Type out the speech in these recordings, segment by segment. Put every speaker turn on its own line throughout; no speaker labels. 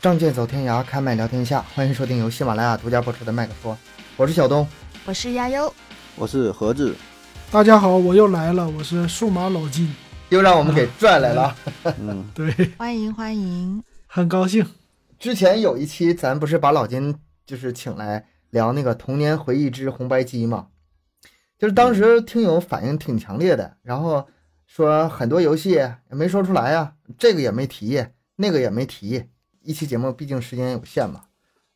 仗剑走天涯，开麦聊天下。欢迎收听由喜马拉雅独家播出的《麦克说》，我是小东。
我是亚优，
我是何 志，
大家好，我又来了，我是数码老金，
又让我们给拽来了。
嗯，
对，
欢迎欢迎。
很高兴。
之前有一期咱不是把老金就是请来聊那个童年回忆之红白机嘛，就是当时听友反应挺强烈的，然后说很多游戏也没说出来呀、这个也没提，那个也没提。一期节目毕竟时间有限嘛，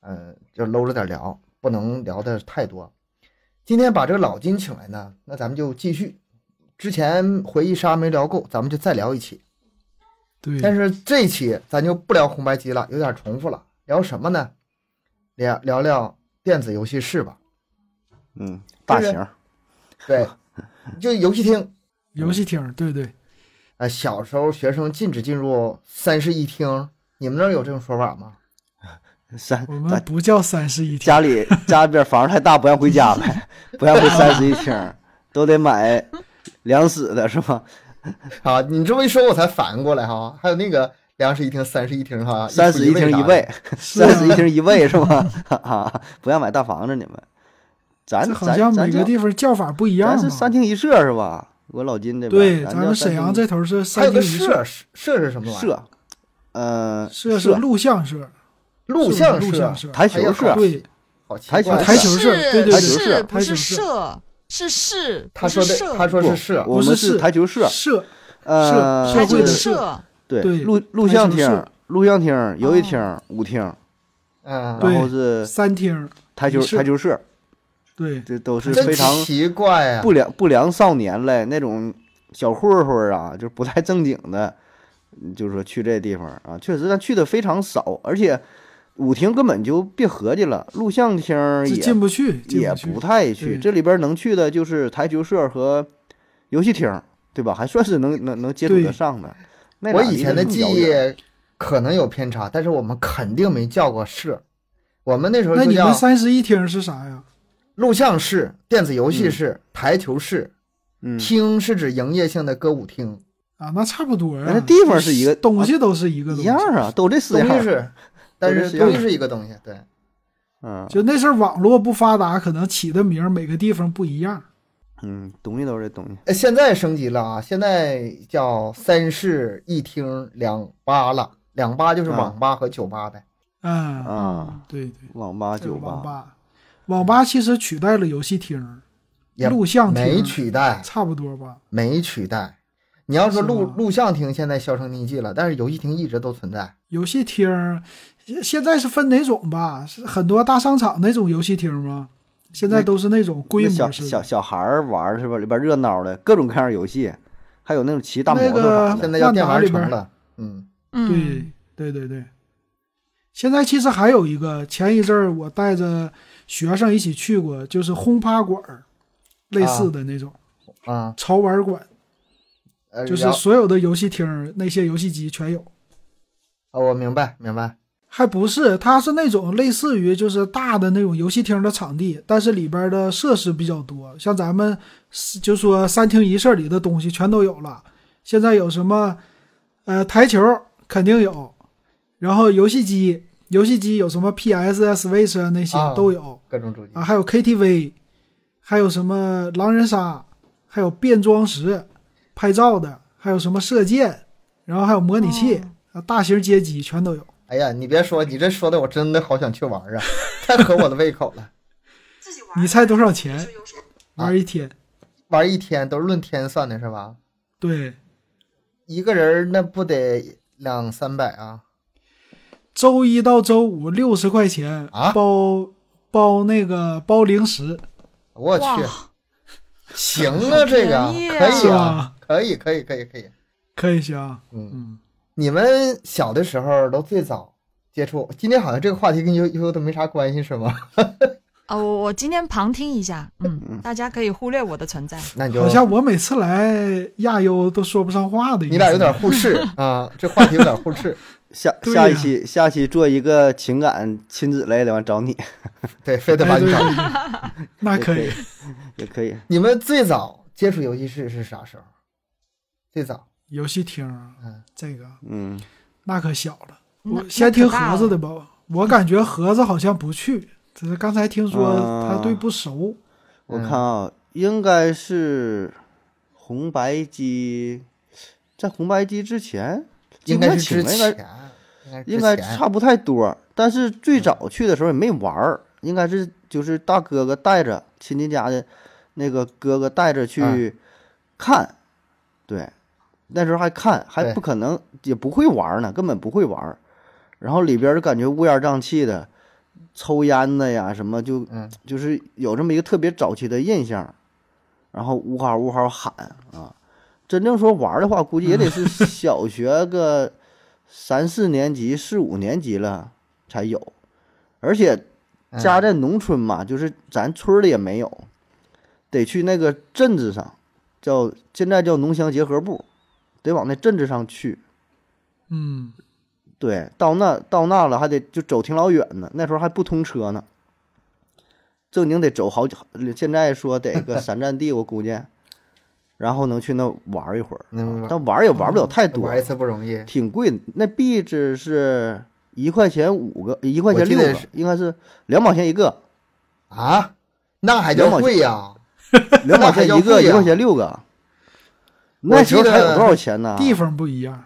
嗯，就搂着点聊，不能聊的太多。今天把这个老金请来呢，那咱们就继续。之前回忆杀没聊够，咱们就再聊一期。
嗯
对，
但是这期咱就不聊红白机了，有点重复了。聊什么呢？聊聊聊电子游戏室吧。
嗯，大型儿，
对，就游戏厅。
游戏厅，对对，
呃，小时候学生禁止进入三室一厅，你们那儿有这种说法吗？
三
我们
咱
不叫三室一厅，
家里家里边房太大，不让回家 呗，不让回三室一厅儿，都得买两室的是吧？
啊，你这么一说，我才反应过来哈。还有那个两室一厅、三室一厅
啊
哈，
三室一厅
厨
一
啥的
卫， 三室一厅一卫是吧？ 啊，不让买大房子你们，咱
这好
咱
像
咱
每个
叫
地方叫法不一样
咱是
嘛
三。厅一舍是吧？我老金这边
对，
咱
咱们
叫
沈
三
阳
厅
这头是
还
三
有
厅
个
一舍，
社社是什么玩意儿？
舍，呃，
社是录像社，
录
是不
像
是录像
社，
社，
啊台啊球
哎呀
社，
对，
好奇
台球
怪啊。
社
台球社，对对
台球
对，
是
社
不
台球
是
社，
社？是市，
他
不
说
是
的，
社，
他说
不
是社，
我
不
们
是社
台球社，
社
呃，
社
台
社
球
会的
是
社，
对
对
录录
台
像
球
厅
社、
录像厅、游戏厅、舞厅，
嗯，
对
然后是
三厅，
台球
是
台球社，
对，
这都是
真
非常
奇怪啊呀、
不良不良少年嘞那种小混混儿啊，就是不太正经的，嗯就是说去这地方啊，确实咱去的非常少，而且舞厅根本就别合计了，录像厅儿
这
也
进不去，进
也
不去
不，太去，
对
这里边能去的就是台球社和游戏厅儿，对吧？还算是能能能接触
对
得上的。那
我
俩
以
离
前
得
的
更
记
遥
忆
远
可能有偏差，但是我们肯定没叫过室，我们那时候
那
就
你
叫
们三室一厅是啥呀？
录像室、电子游戏室、台球室。
嗯，
厅是指营业性的歌舞厅，
啊，那差不多呀。
那地方是一个
东西都是一个东
一
西
样啊，都这四
东
样
西
儿，
是，但
都
是
是
东
样
西是一个东西，对，
嗯
就那时候网络不发达，可能起的名儿每个地方不一样。
嗯，东西都是这东西。
呃现在升级了啊，现在叫三室一厅两吧了，两吧就是
啊
网吧和酒吧呗。
嗯，
啊，
对对，
网吧、
这个
酒
网
吧，
吧，网吧其实取代了游戏厅儿、
也
录像厅
没
儿，
取代，
差不多吧。
没取代。你要说录
是吗
录像厅现在销声匿迹了，但是游戏厅一直都存在。
游戏厅儿现现在是分哪种吧？是很多大商场那种游戏厅吗？现在都是那种规
那小
模式
小
的。
小孩儿玩儿是吧？里边热闹的各种各样游戏，还有那种骑大摩
那
托
个
啥的。
现在叫电玩
万
城
达里边
了，嗯，
嗯，
对对对对。现在其实还有一个，前一阵儿我带着学生一起去过，就是轰趴馆儿，类似的那种、
啊，
潮玩馆。
呃，
就是
然后
所有的游戏厅儿那些游戏机全有，
啊我明白明白，
还不是，它是那种类似于就是大的那种游戏厅的场地，但是里边的设施比较多，像咱们是就说三厅一室里的东西全都有了。现在有什么，呃，台球肯定有，然后游戏机，游戏机有什么 PS 啊、Switch 啊那些
啊
都有
各种主机
啊，还有 KTV，还有什么狼人杀，还有变装石、拍照的，还有什么射箭，然后还有模拟器、啊，大型街机全都有。
哎呀，你别说，你这说的我真的好想去玩儿啊，太合我的胃口了。
你猜多少
啊
钱？玩一天？
玩一天都是论天算的是吧？
对，
一个人儿那不得两三百啊？
周一到周五六十块钱
啊
包包那个包零食
我去，
哇，
行啊，这个
便宜啊
可以
是
啊，
吧？
可以可以可以可以，
可以行，
嗯。
嗯，
你们小的时候都最早接触，今天好像这个话题跟悠悠都没啥关系是吗？
啊，我我今天旁听一下，嗯，大家可以忽略我的存在，
那你就
嗯好像我每次来亚优都说不上话的意思。
你俩有点互 斥啊，这话题有点互斥，
下
对
下一
呀
期下期做一个情感亲子类的，完找你
对，非得把
哎
你
对
找。
对对那
也
可
以
以。
也可以。
你们最早接触游戏室是啥时候？最早，
游戏厅儿啊
嗯，
这个
嗯，
那可小了。
那
我先听盒
那可大哦
子，的
了
吧，我感觉盒子好像不去，只是刚才听说
啊
他对不熟，
我
嗯
看啊，应该是红白机，在红白机之前，
应
金
该
块
是
请
之
了应该
前，
应
应该
该
是之前
差不太多，但是最早去的时候也没玩儿，应该是就是大哥哥带着亲戚家的那个哥哥带着
啊
去看，对，那时候还看还
对
不可能也不会玩儿呢，根本不会玩儿，然后里边儿就感觉乌烟瘴气的，抽烟的呀什么就
嗯
就是有这么一个特别早期的印象，然后呜嚎呜嚎喊啊。真正说玩儿的话，估计也得 是小学个三四年级、四五年级了才有，而且
嗯
家在农村嘛，就是咱村儿里也没有，得去那个镇子上，叫现在叫农乡结合部，得往那镇子上去。
嗯，
对，到那到那了还得就走挺老远呢，那时候还不通车呢，正经得走好几，现在说得 个三站地，我估计，然后能去那玩一会儿，
能玩
但玩儿也玩不了太多，
玩一次不容易，
挺贵的，那币值是一块钱五个，一块钱
我记
六
得
个
是，
应该是两毛钱一个，
啊，那还叫贵呀？
两毛钱
那还
一
叫
个，
贵
一
呀
块钱六个，
我
那时候
记得
才有多少钱
啊
呢？
地方不一样，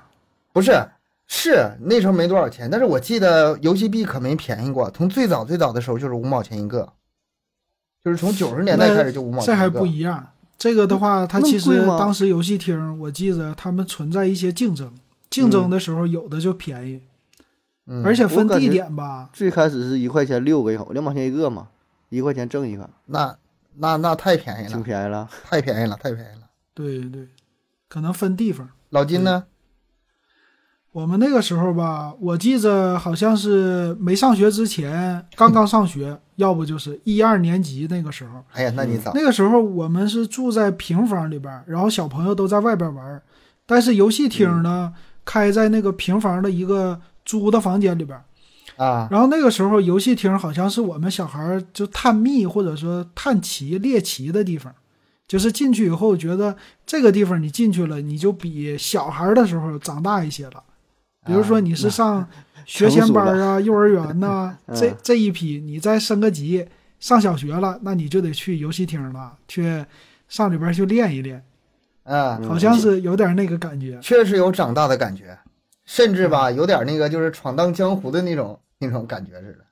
不是，是那时候没多少钱，但是我记得游戏币可没便宜过，从最早最早的时候就是五毛钱一个，就是从九十年代开始就五毛钱
这
一个，
还不一样。这个的话，它
嗯那
其实
贵吗
当时游戏厅，我记着他们存在一些竞争，竞争的时候有的就便宜，
嗯
而且
嗯
分
我感觉
地点 吧，
最开始是一块钱六个一口，两毛钱一个嘛，一块钱挣一个，
那那那太便宜
挺
了，
便宜了。
太便宜了，太便宜了。
对对，可能分地方。
老金呢？
我们那个时候吧，我记着好像是没上学之前，刚刚上学，要不就是一二年级那个时候。
哎呀，那你早，
那个时候我们是住在平房里边儿，然后小朋友都在外边玩儿，但是游戏厅呢、开在那个平房的一个租的房间里边儿。
啊，
然后那个时候游戏厅好像是我们小孩儿就探秘或者说探奇猎奇的地方，就是进去以后觉得这个地方你进去了，你就比小孩儿的时候长大一些了。
啊
比如说你是上学前班儿啊、幼儿园呐、
嗯
这这一批，你再升个级上小学了，那你就得去游戏厅了，去上里边儿去练一练，
啊，
嗯
好像是有点那个感觉。
确实有长大的感觉，甚至吧，有点那个就是闯荡江湖的那种那种感觉似的。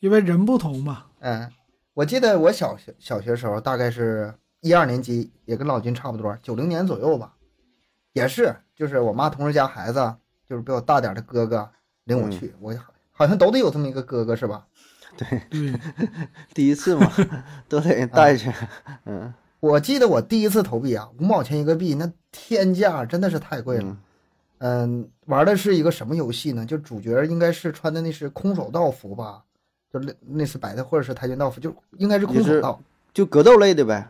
因为人不同嘛，
嗯，我记得我小学小学时候，大概是一二年级，也跟老金差不多，九零年左右吧，也是，就是我妈同事家孩子，就是比我大点的哥哥领我去，我好像都得有这么一个哥哥是吧？
对，
第一次 嘛，都得带去。
啊
嗯，
我记得我第一次投币啊，五毛钱一个币，那天价真的是太贵了。
嗯
嗯，玩的是一个什么游戏呢？就主角应该是穿的那是空手道服吧，就类类似白的或者是跆拳道服，就应该是空手道，
就格斗类的呗，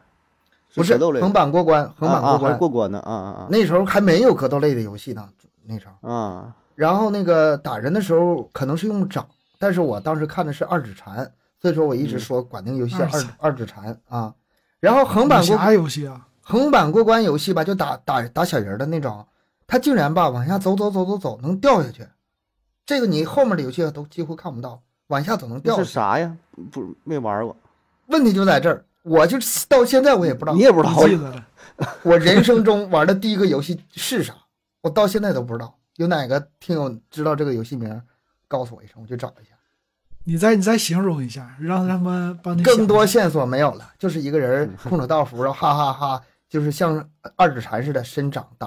不
格
是
斗类的，
横版过关，横版
啊
过
啊，还
关。
是过关的啊啊
那时候还没有格斗类的游戏呢，那时候。
啊啊！
然后那个打人的时候可能是用掌，但是我当时看的是二指禅，所以说我一直
嗯
说管那个游戏叫
二指
二二指禅啊。然后横版
武
过
侠游戏啊，
横版过关游戏吧，就打打打小人儿的那种，他竟然吧往下走走走走走能掉下去，这个你后面的游戏都几乎看不到，往下走能
那
掉
是
下去。
啥呀？不，没玩过，
问题就在这儿，我就到现在我也不知道
你也不知道
我记得了。
我人生中玩的第一个游戏是啥，我到现在都不知道。有哪个听友知道这个游戏名儿，告诉我一声，我去找一下。
你再你再形容一下，让他们帮你想
更多线索没有了，就是一个人
嗯
空手道服，然后哈哈哈就是像二指禅似的伸掌打，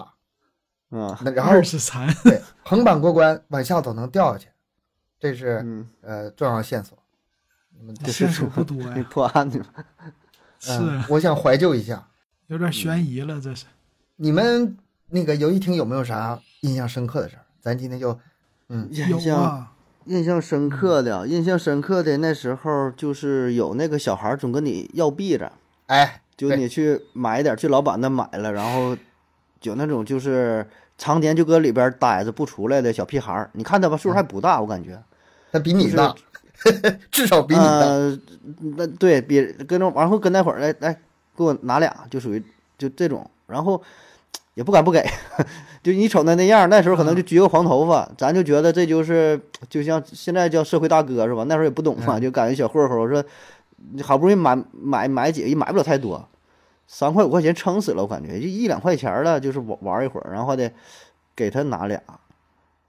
啊。
那然后
二十三，
对横版过关往下走能掉下去，这是
嗯，
呃重要线索。你们
这是
线索不多
哎
那
呀，
破案
啊
去吧。
是
嗯我想怀旧一下，
有点悬疑了，这是。
你们那个游戏厅有没有啥印象深刻的事儿？咱今天就
印
有
象
啊，
印象深刻的，印象深刻的那时候就是有那个小孩总跟你要币子，
哎，
就
对
你去买点儿，去老板那买了，然后有那种就是常年就搁里边儿待着不出来的小屁孩儿，你看他吧，岁数还不大，我感觉。
他嗯比你大，至少比你大。，
呃，那对比哎跟着，然后跟那会儿来来给我拿俩，就属于就这种。然后也不敢不给。 就你瞅那那样，那时候可能就焗个黄头发，咱就觉得这就是就像现在叫社会大哥是吧？那时候也不懂嘛，就感觉小混混儿。我说好不容易买买买几个，也买不了太多，三块五块钱撑死了，我感觉就一两块钱儿了，就是玩玩一会儿，然后还得给他拿俩，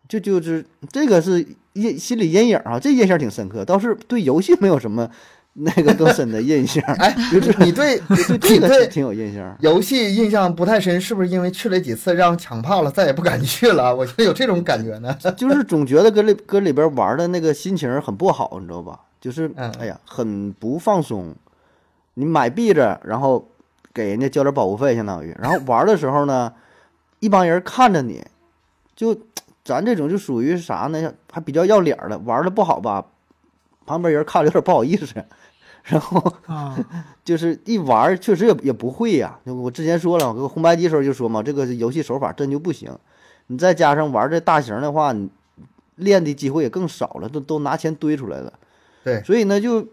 就就是这个是印心理阴影啊，这印象挺深刻，倒是对游戏没有什么那个更深的印象
哎， 你对
对
你
这个
对
挺挺有印象。
游戏印象不太深，是不是因为去了几次让抢怕了，再也不敢去了？ 我觉得有这种感觉呢。
就是总觉得搁里搁里边玩的那个心情很不好，你知道吧？就是
嗯
哎呀，很不放松。你买币子，然后给人家交点保护费，相当于，然后玩的时候呢，一帮人看着你，就咱这种就属于啥呢？还比较要脸儿的，玩的不好吧，旁边人看着有点不好意思， 然后
啊，
就是一玩儿确实也也不会呀、就我之前说了，我跟红白机时候就说嘛，这个游戏手法真就不行。你再加上玩这大型的话，你练的机会也更少了，都都拿钱堆出来了。
对
所以呢，就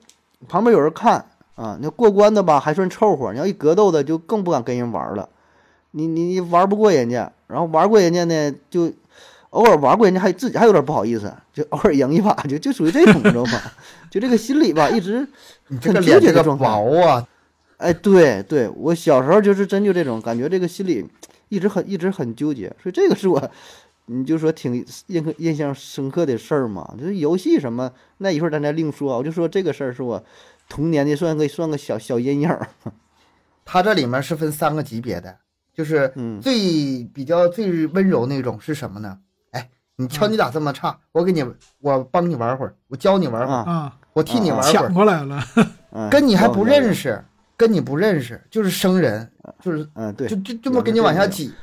旁边有人看啊，你要过关的吧还算凑合，你要一格斗的就更不敢跟人玩了。你你你玩不过人家，然后玩过人家呢，就偶尔玩过人家还自己还有点不好意思，就偶尔赢一把，就就属于这种，你知道吗？ 就这个心理吧，一直
你这个
很
脸
纠结
这个
的状态
薄啊，
哎，对对，我小时候就是真就这种感觉，这个心里一直很一直很纠结，所以这个是我，你就说挺印刻印象深刻的事儿嘛。就是游戏什么，那一会儿咱再另说啊。我就说这个事儿是我童年的算个算个小小阴影儿。
它这里面是分三个级别的，就是
嗯
最比较最温柔那种是什么呢？哎，你瞧你咋这么差？我给你，我帮你玩会儿，我教你玩会儿，
啊，
嗯啊，哦
我替 你玩会
抢
儿，
过来了，
嗯
跟你还不认
识，
识，跟你不认识，就是生人，就是
嗯，对
就就这么给你往下挤。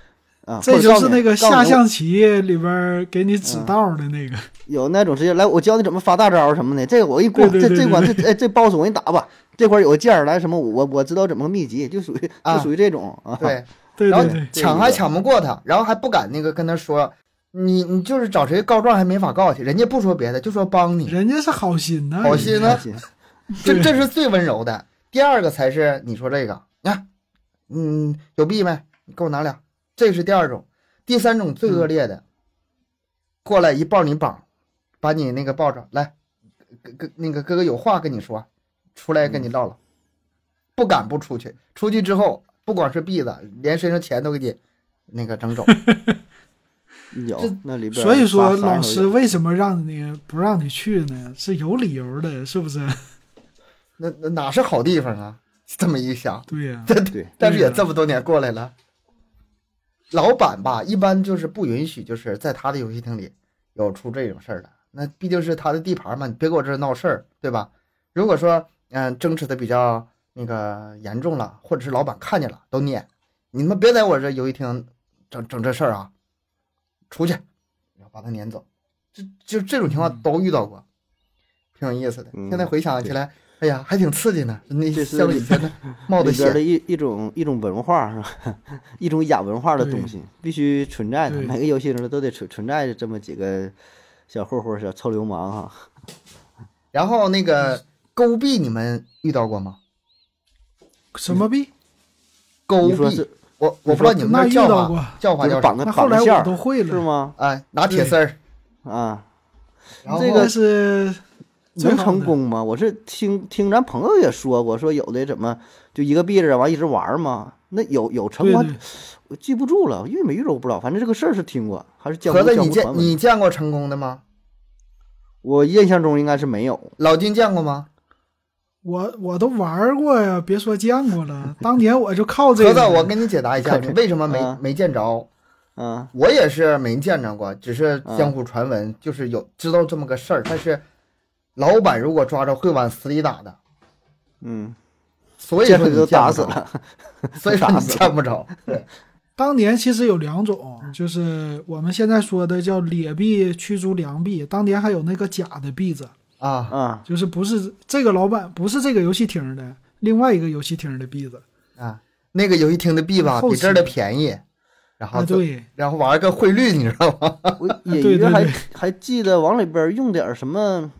啊，
这
或者
就
告
是
诉
那
你
个
告诉
下
你
象棋里边给你指道的那个，
有那种直接来，我教你怎么发大招什么的，这个我一过，
对
这
对对
这
对
关这哎这 boss 我给你打吧，这块儿有个剑儿来什么，我我知道怎么秘籍，就属于
啊
就属于这种啊，
对，
对
然
对
后
对，
抢还抢不过他，然后还不敢那个跟他说，你你就是找谁告状还没法告去，人家不说别的，就说帮你，
人家是好心呐，
好心呢
好，心
这
对
这是最温柔的。第二个才是你说这个，你、看，嗯，有币没？你给我拿俩。这是第二种，第三种最恶劣的，过来一抱你膀，把你那个抱着来，哥哥那个哥哥有话跟你说，出来跟你唠唠，不敢不出去。出去之后，不光是币子，连身上钱都给你那个整走。
有
这
那里边儿啥，
所以说，
啥
老
都
师
有
为什么让你不让你去呢？是有理由的，是不是？
那那哪是好地方啊？这么一想，
对呀、
对
但是也这么多年过来了。老板吧，一般就是不允许，就是在他的游戏厅里有出这种事儿的。那毕竟是他的地盘嘛，你别给我这儿闹事儿，对吧？如果说嗯、争执的比较那个严重了，或者是老板看见了都撵，你们别在我这游戏厅整整这事儿啊，出去，然后把他撵走。这就这种情况都遇到过，挺有意思的。
嗯
现在回想起来，哎呀，还挺刺激呢。那
这是
像以 前的冒的
里边
险
儿的一一种一种文化是吧？ 一种亚文化的东西必须存在的，
对
每个游戏中都得存存在着这么几个小混混儿、小臭流氓哈。
然后那
嗯
个勾币你们遇到过吗？
什么币？
勾
嗯
你说
币
是，
我我不知道你们那儿
那遇
叫
到
法
过，
叫法
就
叫啥
是绑个
那
绑
后
个
来
线
我
儿
都会
是
了。
吗？
哎，拿铁丝儿，
啊，
然后
这个
但是
能成功吗？我是听听咱朋友也说过，说有的怎么就一个币子完一直玩儿嘛。那有有成
对
功
对，
我记不住了，遇没遇着我不知道，反正这个事儿是听过，还是江湖
盒子
江
你
湖传
见
闻。
你见过成功的吗？
我印象中应该是没有，
老金见过吗？
我我都玩过呀，别说见过了。当年我就靠这
盒子，
个，
我给你解答一下，你为什么没
啊
没见着？
嗯
我也是没见着过，只是
啊
江湖传闻，就是有知道这么个事儿，但是老板如果抓着会往死里打的，
嗯，
所以
见
说
了
你
就
见
打
不
死
着，
了，
所以说
打
你
死了
见不着。对，
当年其实有两种，
嗯
就是我们现在说的叫劣币驱逐良币，当年还有那个假的币子，
啊，
啊
就是不是这个老板不是这个游戏厅的，另外一个游戏厅的币子
啊，那个游戏厅的币吧
后
比
期
这儿的便宜，然后
啊，
就
对，
然后玩个汇率，你知道吗？
我
啊对
隐约
对
还
对
还记得往里边儿用点儿什么，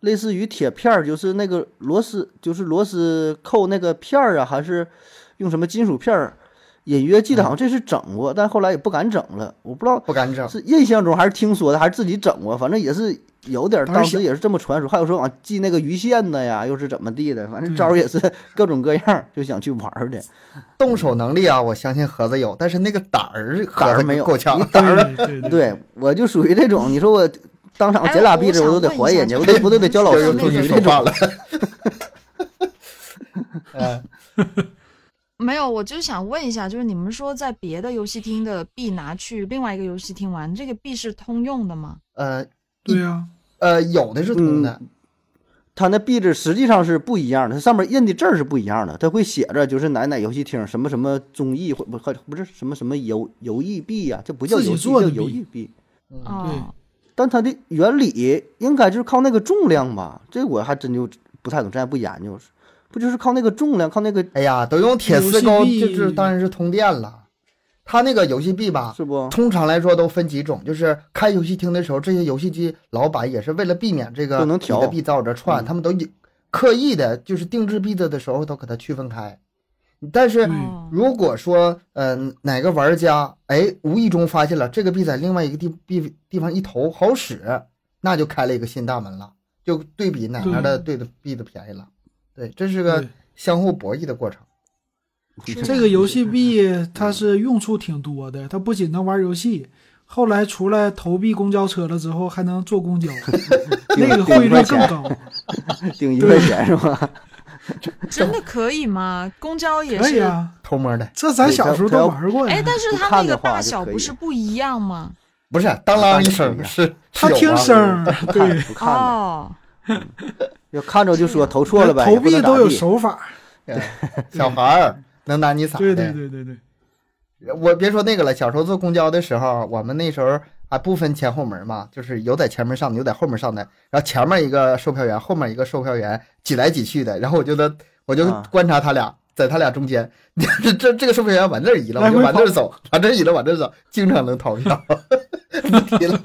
类似于铁片儿，就是那个螺丝，就是螺丝扣那个片儿啊，还是用什么金属片儿，隐约记得
嗯
好像这是整过，但后来也不敢整了。我不知道
不敢
嗯
整。
是印象中还是听说的，还是自己整过，反正也是有点儿，
当时
当
小
时也是这么传说。还有说往系那个鱼线的呀，又是怎么地的，反正
嗯
招儿也是 各种各样儿，就想去玩儿的。
动手能力啊，我相信盒子有，但是那个胆儿，
胆
盒
儿
子
没有
够呛
一。
对对对
对我就属于这种，你说我当场捡俩
哎我
壁纸，我都得
想
还
问一
人家，
下
我得我都得教老
就
又
是
师
那
终
出
个
于
去
说
这
话
种。
了。嗯，
没有，我就想问一下，就是你们说在别的游戏厅的币拿去另外一个游戏厅玩，这个币是通用的吗？
呃
对呀，
呃，有的是通的，
嗯它那壁纸实际上是不一样的，它上面印的字儿是不一样的，它会写着就是哪哪游戏厅什么什么综艺或不不不是什么什么游游艺币呀、这不叫
自己
游戏
做
叫
的
游
币
艺币。
嗯，
哦，
但它的原理应该就是靠那个重量吧？这我还真就不太懂，咱也不研究，不就是靠那个重量，靠那个
哎呀，都用铁丝
游
钩，
戏
就
币
是当然是通电了。它那个游戏币吧，
是不？
通常来说都分几种，就是开游戏厅的时候，这些游戏机老板也是为了避免这个
不能
你
调
的币在我这串，
嗯
他们都有刻意的，就是定制币的的时候都给它区分开。但是
嗯
哦
如果说，嗯、哪个玩家哎无意中发现了这个币在另外一个地地地方一投好使，那就开了一个新大门了，就对比哪边的对的币的便宜了。对， 这是个
对
相互博弈的过程。
是
这个游戏币它是用处挺多的，它不仅能玩游戏，后来出来投币公交车了之后，还能坐公 交，
顶
那
顶
个汇
一
率
块
更
钱，
高。
顶一块钱是吧？
真的可以吗？公交也
可以
是，
啊，
偷摸的
这咱小时候都玩过
哎、
呀。
但是
不
它
看
那个
的话
大
就
小
可
不
以
是不一样吗？
不是当啷一声
那
是，是
它
有
听
啊
声儿，
不看
对，
不看的，
哦，
要看着就说投错了呗，也不
投币
能咋
都有
地
手法。
小孩儿能拿你咋的？
对对对对对，
我别说那个了，小时候坐公交的时候，我们那时候还不分前后门嘛，就是有在前面上的，有在后门上的，然后前面一个售票员，后面一个售票员挤来挤去的，然后我就在我就
啊
观察他俩，在他俩中间， 这这这个售票员往那儿移了，我
来
就
回
往那
跑
儿走，往这儿移了，往这儿走，经常能逃票， 不提了，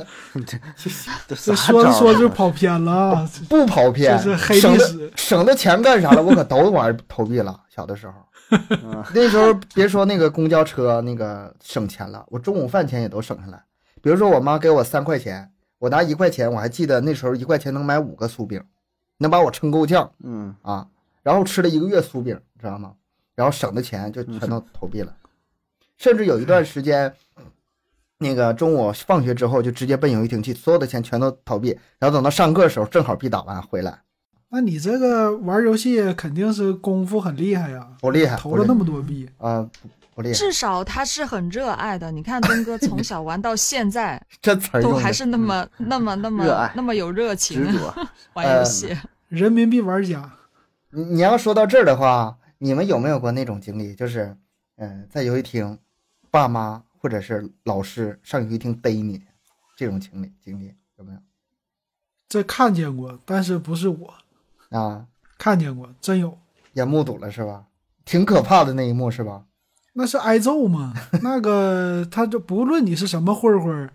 这
这
啥
说
招
着
儿
说着就
啊
跑偏 了啊。这
不 跑偏，
这是黑历
省的
史
省的钱干啥了？我可都玩儿投币了，小的时候。
嗯
那时候别说那个公交车那个省钱了，我中午饭钱也都省下来。比如说我妈给我三块钱，我拿一块钱，我还记得那时候一块钱能买五个酥饼，能把我撑够呛
嗯，
啊。然后吃了一个月酥饼，知道吗？然后省的钱就全都投币了，甚至有一段时间，那个中午放学之后就直接奔游戏厅去，所有的钱全都投币，然后等到上课的时候正好币打完回来，
那你这个玩游戏肯定是功夫很厉害呀，
不
哎
厉害，
投了那么多币，
啊、不不厉害，
至少他是很热爱的。你看东哥从小玩到现在，
这词儿
都
用
还
哎的
是那么、那么、那
热
么
爱、
那么有热
执
情
着。
玩游戏。
人民币玩家。
你你要说到这儿的话，你们有没有过那种经历？就是，嗯、在游戏厅，爸妈或者是老师上游戏厅逮你去这种经历经历有没有
这看见过，但是不是我
啊？
看见过，真有。
也目睹了是吧？挺可怕的那一幕是吧？
那是挨揍嘛？那个他就不论你是什么混混儿，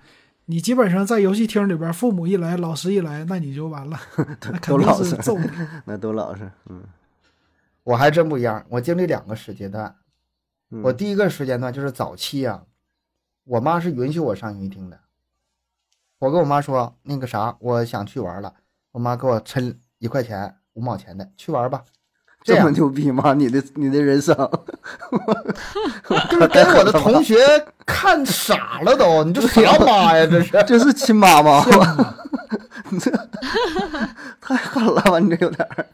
你基本上在游戏厅里边，父母一来，老师一来，那你就 完了，那肯
都老
定
实
是 揍你。
那都老实， 嗯，
我还真不一样，我经历两个时间段。
嗯
我第一个时间段就是早期啊，我妈是允许我上游戏厅的。我跟我妈说那个啥，我想去玩了，我妈给我抻一块钱五毛钱的，去玩吧。这
这
样
么牛逼吗？你的你的 人生，
就是给我的同学看傻了都，你这啥妈呀，这是
这是亲妈妈吗？你这 太狠了吧！你这有点儿，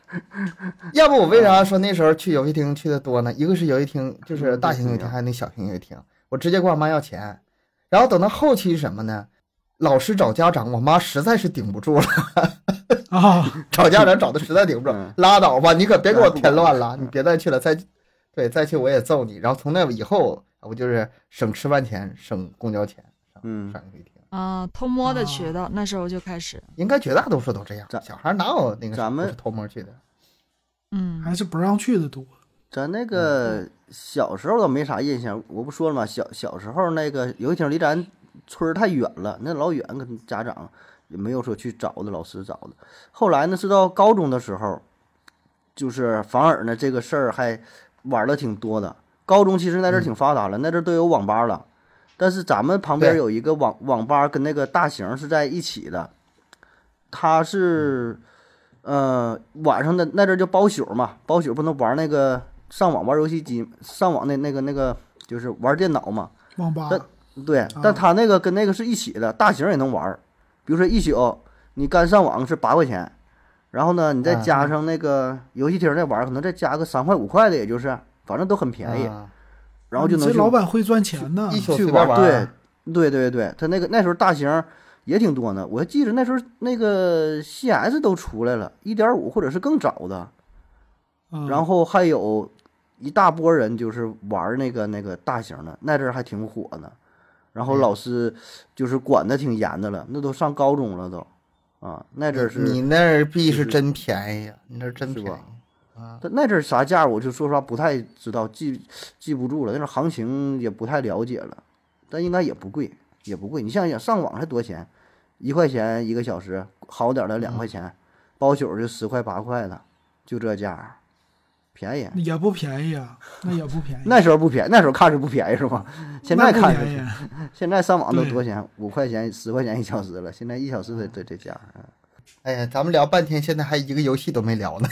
要不我为啥说那时候去游戏厅去的多呢？一个是游戏厅，就是大型游戏
嗯
厅，还有那小型游戏厅，我直接管我妈要钱。然后等到后期是什么呢？老师找家长，我妈实在是顶不住了，
啊，
找家长找的实在顶不住
嗯，
拉倒吧，你可别给我添乱了，你别再去了，再对再去我也揍你。然后从那以后，我就是省吃饭钱，省公交钱，上
嗯，
上游戏厅，
啊、偷摸的学的，那时候就开始，
应该绝大多数都这样。
咱
小孩哪有那个
咱们
不是偷摸去的？
嗯，
还是不让去的多。
咱那个小时候倒没啥印象，我不说了吗？小小时候那个游戏厅离咱村儿太远了，那老远，跟家长也没有说去找的，老师找的。后来呢，是到高中的时候，就是反而呢这个事儿还玩的挺多的，高中其实那阵儿挺发达了，那阵儿都有网吧了，但是咱们旁边
对
有一个网网吧跟那个大型是在一起的，它是呃晚上的那阵儿叫包宿嘛，包宿不能玩那个上网玩游戏机，上网那那个那个就是玩电脑嘛，
网吧
但对，但
啊
他那个跟那个是一起的，大型也能玩儿。比如说一宿，你干上网是八块钱，然后呢，你再
啊
加上那个游戏厅再玩儿，可能再加个三块五块的，也就是，反正都很便宜，
啊
然后就能
你
去
这老板会赚钱呢
一，宿
去
随便
玩
儿
对对对，他那个那时候大型也挺多呢，我记着那时候那个 CS 都出来了，一点五或者是更早的，
嗯
然后还有一大波人就是玩儿那个那个大型的，那阵儿还挺火呢。然
哎
后老师就是管的挺严的了，那都上高中了都，啊，那阵儿是，
你那儿币
就是
是真便宜呀，啊你那儿真
是
便
吧
宜啊！
但那阵儿啥价儿我就说实话不太知道，记记不住了，那阵儿行情也不太了解了，但应该也不贵，也不贵。你想想上网才多钱，一块钱一个小时，好点儿的两
嗯
块钱，包宿儿就十块八块的，就这价儿，便宜。
也不便宜啊，那也不便宜，
那时候不便宜，那时候看着不便宜是吗？ 现在
嗯那不
看着
便宜。啊
现在上网都
对
多少钱？五块钱、十块钱一小时了，现在一小时得得得加，
哎呀，咱们聊半天，现在还一个游戏都没聊呢。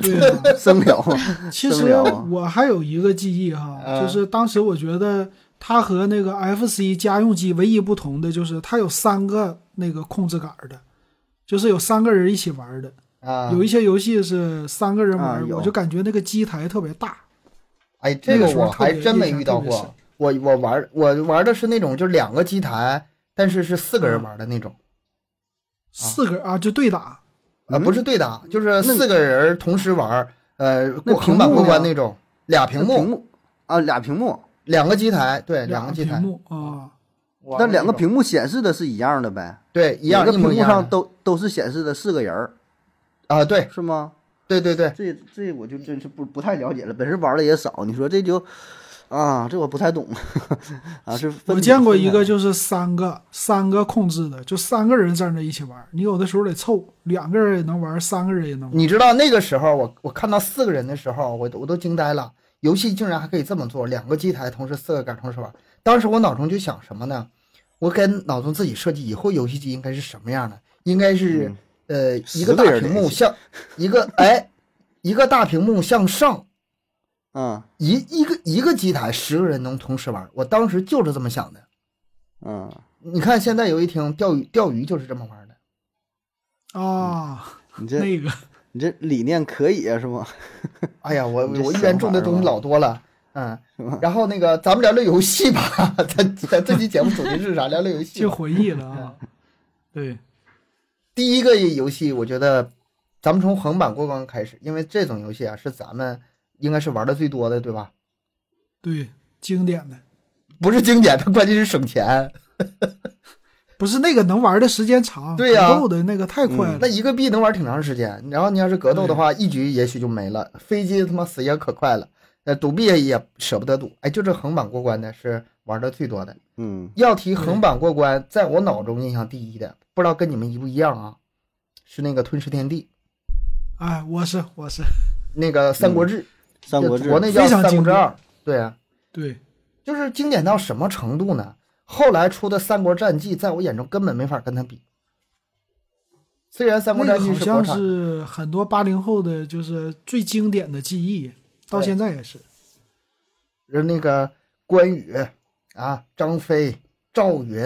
对啊，
生 聊。
其
生
实
聊啊
我还有一个记忆哈，
嗯
就是当时我觉得它和那个 FC 家用机唯一不同的就是它有三个那个控制杆儿的，就是有三个人一起玩的。
啊，
有一些游戏是三个人玩，
啊有啊
我就感觉那个机台特别大。
哎，这个
那个时候
我还真没遇到
特别是
过。我我玩我玩的是那种，就是两个机台，但是是四个
嗯
人玩的那种，
四个啊，就对打，
啊，
嗯
不是对打，就是四个人同时玩，呃，
那
过横版
屏幕
过关
呢
那种，俩屏
屏
幕，
幕啊，俩屏幕，
两个机台，对，两
两
个
个
机
屏
台，
幕
哦
啊，
玩的
那两个
那种
屏幕显示的是一样的呗？
对一样
每个
一
屏
模一
幕上
样的
都都是显示的四个人儿，
啊，对
是吗？
对对对，
这这我就真是不不太了解了，本身玩的也少，你说这就啊，这我不太懂 啊。是分
我见过一个
分开
就是三个三个控制的，就三个人站在一起玩，你有的时候得凑，两个人也能玩，三个人也能玩。
你知道那个时候我我看到四个人的时候，我都我都惊呆了，游戏竟然还可以这么做，两个机台同时四个杆同时玩。当时我脑中就想什么呢？我给脑中自己设计以后游戏机应该是什么样的？应该是、呃一个
十个
大
人
屏
联
幕
机
向一个哎一个大屏幕向上，
嗯
一一个一个机台十个人能同时玩。我当时就是这么想的。
嗯，
你看现在游戏厅钓鱼钓鱼就是这么玩的。
啊，
你这
那个
你这理念可以啊，是吗？
哎呀，我
你这
我一
想
元种的
法是
东西
吧
老多了，嗯
是吧，
然后那个咱们聊聊游戏吧，咱咱这期节目主题是啥？聊聊游戏
进
吧。
回忆了啊。对，
第一个游戏，我觉得咱们从横版过关开始，因为这种游戏啊是咱们应该是玩的最多的，对吧？
对，经典的，
不是经典，它关键是省钱。
不是那个能玩的时间长，
对呀嗯
格斗的那个太快了
那，一个币能玩挺长时间，然后你要是格斗的
对
话，一局也许就没了。飞机他妈死也可快了，呃，赌币也舍不得赌。哎，就这横版过关的是玩的最多的。
嗯，
要提横版过关，在我脑中印象第一的，不知道跟你们一不一样啊？是那个《吞噬天地》，
哎，我是我是，
那个《三国志》
嗯三国志
国内叫
非
《
常
三国
经
志
典
二》。对啊，
对，
就是经典到什么程度呢？后来出的《三国战记》，在我眼中根本没法跟它比。虽然《三
那
国战
个
记
好》
国
像
产，
是很多八零后的就是最经典的记忆，到
对
现在也是。
人那个关羽啊、张飞、赵云、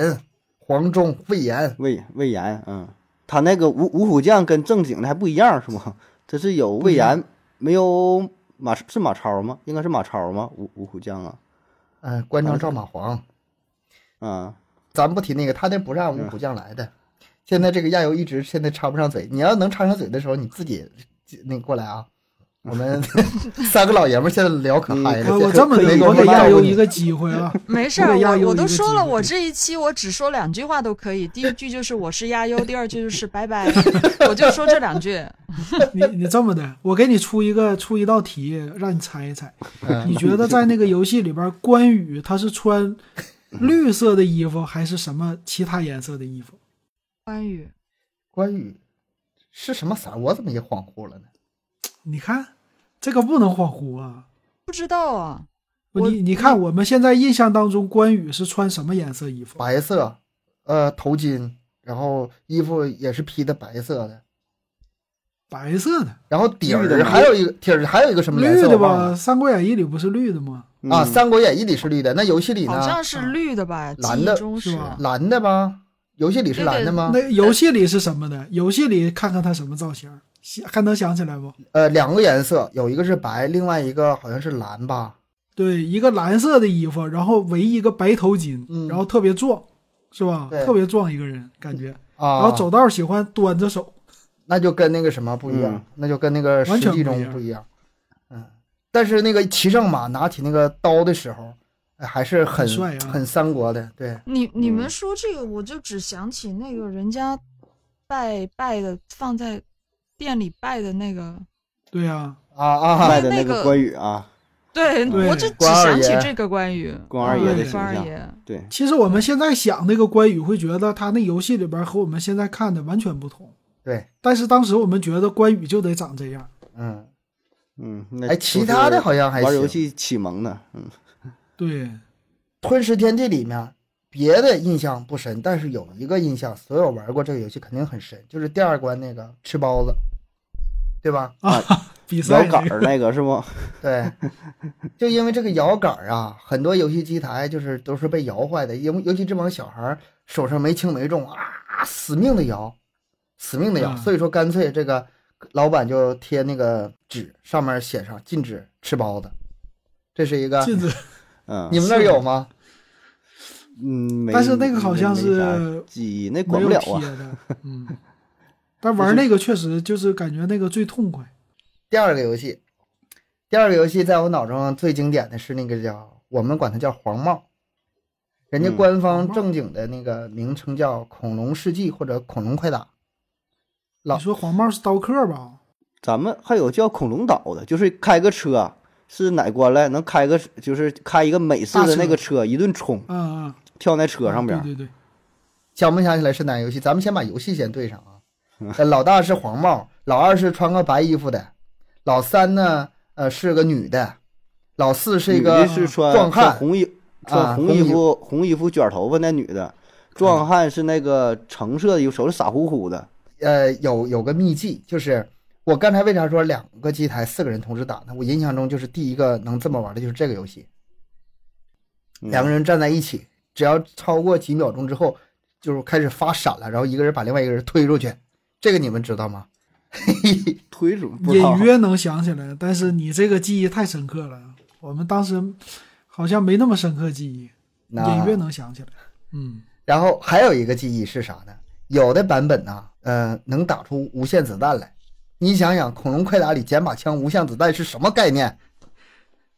黄忠、魏延，
魏魏延，嗯，他那个五五虎将跟正经的还不一样是吗？这是有魏延，没有马是马超吗？应该是马超吗？五五虎将啊，
嗯、关张
完了
赵马黄，
啊，
咱不提那个，他那不是按五虎将来的。现在这个亚游一直现在插不上嘴，你要能插上嘴的时候，你自己那过来啊。我们 三个老爷们儿现在聊可嗨
哎
啊，
了，
我这么
可以
的，
给
我
我
给
们
亚
带
优
过
一
你
个机会啊，
没事
我
儿，
给亚
我
优
我
一
都
个
说
机
了，
会
我这一期我只说两句话都可以，第一句就是我是亚优，第二句就是拜拜，我就说这两句。
你你这么的，我给你出一个出一道题，让你猜一猜，
啊哎
你觉得在那个游戏里边，关羽他是穿绿色的衣服还是什么其他颜色的衣服？
关羽，
关羽是什么色儿？我怎么也恍惚了呢？
你看，这个不能恍惚啊！
不知道啊，我
你你看，我们现在印象当中，关羽是穿什么颜色衣服？
白色，呃，头巾，然后衣服也是披的白色的，
白色的，
然后底
绿的
儿
吗
还有一个底儿还有一个什么颜
绿
色
的
我忘
吧？
了
《三国演义》里不是绿的吗？
啊，《
嗯
三国演义》里是绿的，那游戏里
好
呢？
像是
啊
绿的吧？记
蓝
忆
的
中
是吧
蓝的吧？游戏里是蓝的吗？
那游戏里是什么的？游戏里看看他什么造型，想还能想起来不？
呃，两个颜色，有一个是白，另外一个好像是蓝吧？
对，一个蓝色的衣服，然后围一个白头巾，
嗯
然后特别壮，是吧？
对
特别壮一个人感觉，
啊，
然后走道喜欢端着手，
那就跟那个什么不一样，
嗯
那就跟那个实
完全
际
不一
中
样
不一样。嗯，但是那个骑上马拿起那个刀的时候，哎还是很
很帅啊
很三国的。对，
你你
嗯
们说这个，我就只想起那个人家拜拜的，放在店里拜的那个。
对呀、
啊啊
卖的那
那
个
个
关羽啊，
对，
对
我就只
关二
想
爷
起这个关羽，
关二爷
嗯
的形
关二
象
爷。
对，
其实我们现在想那个关羽，会觉得他那游戏里边和我们现在看的完全不同。
对，
但是当时我们觉得关羽就得长这样。
嗯，
嗯，那
哎，其他的好像还
玩游
行。
戏启蒙的，嗯，
对，
吞食天地里面别的印象不深，但是有一个印象，所有玩过这个游戏肯定很深，就是第二关那个吃包子，对吧？
比
摇
赛那
杆
个
儿那个是不？
对，就因为这个摇杆儿啊，很多游戏机台就是都是被摇坏的，尤尤其这帮小孩儿手上没轻没重啊，死命的摇，死命的摇，
嗯
所以说干脆这个老板就贴那个纸，上面写上禁止吃包子，这是一
啊
个。
禁止，
嗯，
你们那儿有吗？
嗯，没
但是那个好像
没啥
是
记忆，那
没
管不
有
了
贴
啊。
的。嗯，但玩那个确实就是感觉那个最痛快。
第二个游戏，第二个游戏在我脑中最经典的是那个叫我们管它叫黄帽，人家
嗯
官
黄
方
帽
正经的那个名称叫《恐龙世纪》或者《恐龙快打》。老
你说黄帽是刀客吧？
咱们还有叫恐龙岛的，就是开个车，是哪关来能开个，就是开一个美式的那个车，一顿冲，
啊啊，
跳那车上边儿，
对对对，
想没想起来是哪个游戏？咱们先把游戏先对上啊。呃老大是黄帽，老二是穿个白衣服的，老三呢，呃，是个女的，老四是一
女
个
的是穿
壮汉
穿红衣
啊
穿红
红
衣
衣
服、红衣服卷头发那女的，壮汉是那个橙色的，手是傻乎乎的，
呃，有有个秘技，就是我刚才为啥说两个机台四个人同时打呢？我印象中就是第一个能这么玩的就是这个游戏，
嗯
两个人站在一起，只要超过几秒钟之后，就是开始发闪了，然后一个人把另外一个人推出去，这个你们知道吗？
推出不知道
隐约能想起来，但是你这个记忆太深刻了。我们当时好像没那么深刻记忆，
那
隐约能想起来。 嗯，
然后还有一个记忆是啥呢？有的版本呢、呃，能打出无限子弹来。你想想，《恐龙快打》里捡把枪无限子弹是什么概念？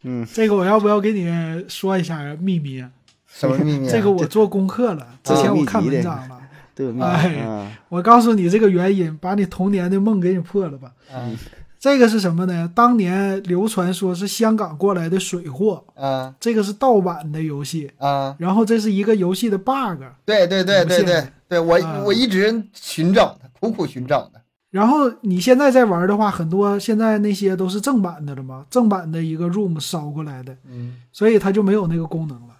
嗯，
这个我要不要给你说一下秘密啊？
什么秘密、啊？
这个我做功课了，之前我看文章了。
对，嗯
哎
嗯
我告诉你这个原因，把你童年的梦给你破了吧。
嗯
这个是什么呢？当年流传说是香港过来的水货，
啊
这个是盗版的游戏。
啊，
然后这是一个游戏的 bug，
对对对对对对，我、
啊
我一直寻找它，苦苦寻找它。
然后你现在在玩的话，很多现在那些都是正版的了嘛，正版的一个 ROM 烧过来的，
嗯
所以它就没有那个功能了。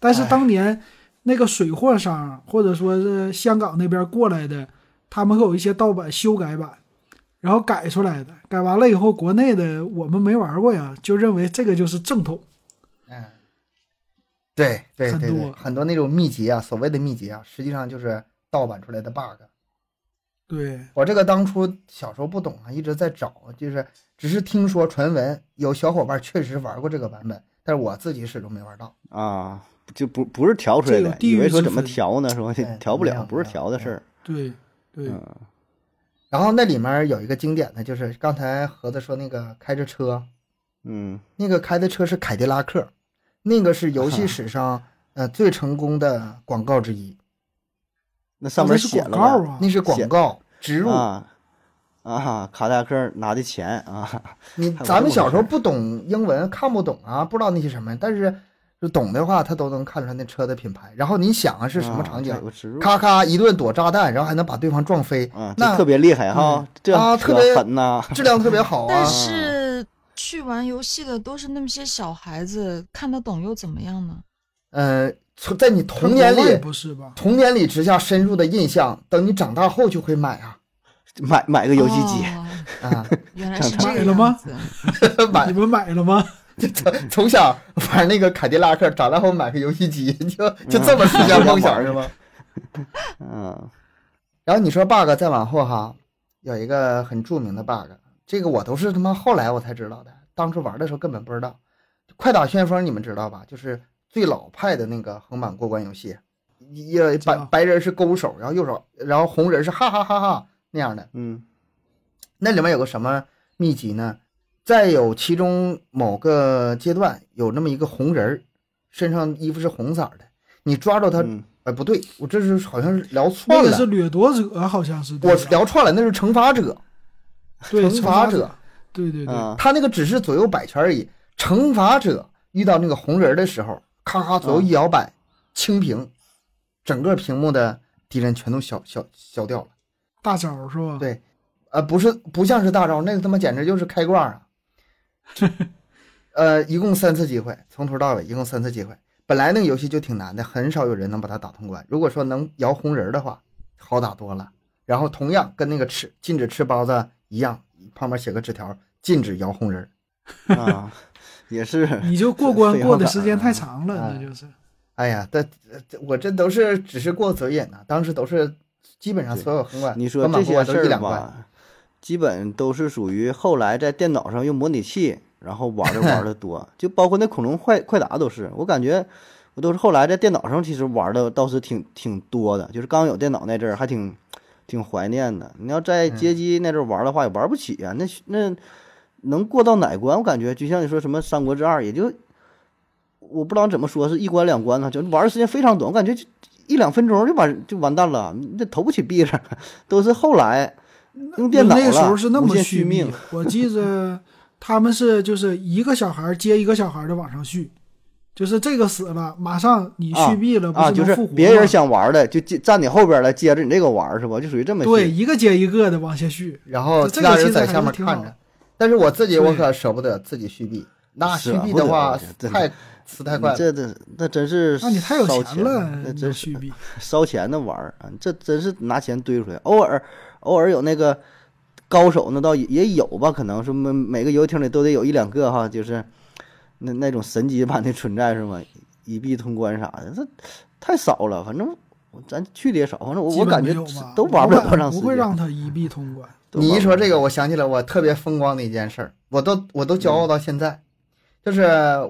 但是
哎
当年那个水货商或者说是香港那边过来的，他们会有一些盗版修改版，然后改出来的，改完了以后，国内的我们没玩过呀，就认为这个就是正统。
嗯，对对对
很
对，
多
很多那种秘籍啊，所谓的秘籍啊，实际上就是盗版出来的 bug。
对，
我这个当初小时候不懂啊，一直在找，就是只是听说传闻有小伙伴确实玩过这个版本，但是我自己始终没玩到。
啊，就不不是调出来
这有
的，
地域
以为说怎么
之分
调呢，说
哎
调不
没有
了，不是
没有
调的事儿，
对对，
嗯
然后那里面有一个经典的就是刚才盒子说那个开着车，
嗯，
那个开的车是凯迪拉克，那个是游
啊
戏史上呃最成功的广告之一，
那上
那
面
是
写
广
了
告
吧
啊
那，是广告植入。
啊啊，卡达克拿的钱啊，
你
还有
咱
这
们
么
小时候
回事
不懂英文，看不懂啊，不知道那些什么，但是就懂的话，他都能看出来那车的品牌。然后你想啊，是什么
啊
场
这
景
有？个植入
咔咔一顿躲炸弹，然后还能把对方撞飞，
啊，这
那
特别厉害哈，这
啊
车
特别
狠呐，
质量特别好啊
但。是去玩游戏的都是那么些小孩子，看得懂又怎么样呢？
呃，从在你童年
国外
里
不是吧？
童年里植下深入的印象，等你长大后就会买啊
买买个游戏机，
哦
啊，
原来是
长大
这
了
样
吗
子。
买
你们买了吗？
从从小玩那个凯迪拉克，长大后买个游戏机，就就这么实现梦想是吗？
嗯，
然后你说 bug 再往后哈，有一个很著名的 bug，这个我都是他妈后来我才知道的，当初玩的时候根本不知道。快打旋风你们知道吧？就是最老派的那个横版过关游戏，一
知
白
道
白人是勾手，然后右手，然后红人是哈哈哈哈那样的。
嗯，
那里面有个什么秘籍呢？再有其中某个阶段有那么一个红人儿，身上衣服是红色儿的，你抓住他，
嗯
哎，不对，我这是好像是聊
那
串
个是
了，
掠夺者，好像是。
我
对吧
聊串了，那是惩罚者，
对
惩罚者嗯
者，，对对对，
啊，
他那个只是左右摆圈而已。惩罚者遇到那个红人儿的时候，咔咔左右一摇摆，清屏，整个屏幕的敌人全都消消消掉了。
大招是吧？
对呃，不是，不像是大招，那个他妈简直就是开挂啊！呃，一共三次机会，从头到尾一共三次机会。本来那个游戏就挺难的，很少有人能把它打通关。如果说能摇红人儿的话，好打多了。然后同样跟那个吃禁止吃包子一样，旁边写个纸条，禁止摇红人儿。
啊，也是，
你就过关
废话
过的
感
时间太长了，
哎
那就是。
哎呀，这这我这都是只是过嘴瘾呐、当时都是基本上所有横管
你说
横
这
版过
些
关都
事
一
儿
两关。
吧，基本都是属于后来在电脑上用模拟器，然后玩的玩的多，就包括那恐龙快快打都是，我感觉我都是后来在电脑上其实玩的倒是挺挺多的，就是刚有电脑那阵儿还挺挺怀念的。你要在街机那阵儿玩的话，也玩不起啊，那那能过到哪关？我感觉就像你说什么《三国志二》，也就我不知道怎么说，是一关两关呢，就玩的时间非常短，我感觉就一两分钟就完就完蛋了，你这投不起币了，都是后来用电脑了，
那时候是那
无
么
限续
续
命，，
我记 着他们是就是一个小孩接一个小孩的往上续，就是这个死了，马上你
啊
续币了，
啊，
不
就
能
是
复活吗
别人想玩的就接站你后边来接着你这个玩是吧？就属于这么
对
续
一个接一个的往下续，
然后其
这这个
他
其
人
实
在
还
下
是
面
挺
看
好
着，但是我自己我
对
可舍不得自己续币，那
舍
啊
续币
不
的
得
话
这
太死太快了。
你嗯这这那真是
那你太有
烧
钱了，
那
你
真是
续币。
烧钱的玩儿啊，这真是拿钱堆出来。偶尔偶尔有那个高手，那倒也也有吧，可能是每每个游戏厅里都得有一两个哈，就是那那种神级般的存在是吗？一币通关啥的，这太少了。反正我咱去的也少，反正我
基
我
本
感
没
觉
有吧
都玩不了
我
多
感
长时
不会
间。
让他一币通 关。
都
你
玩
一
不
说
了
这个，我想起来我特别风光的一件事儿，我都我都骄
嗯
傲到现在，就是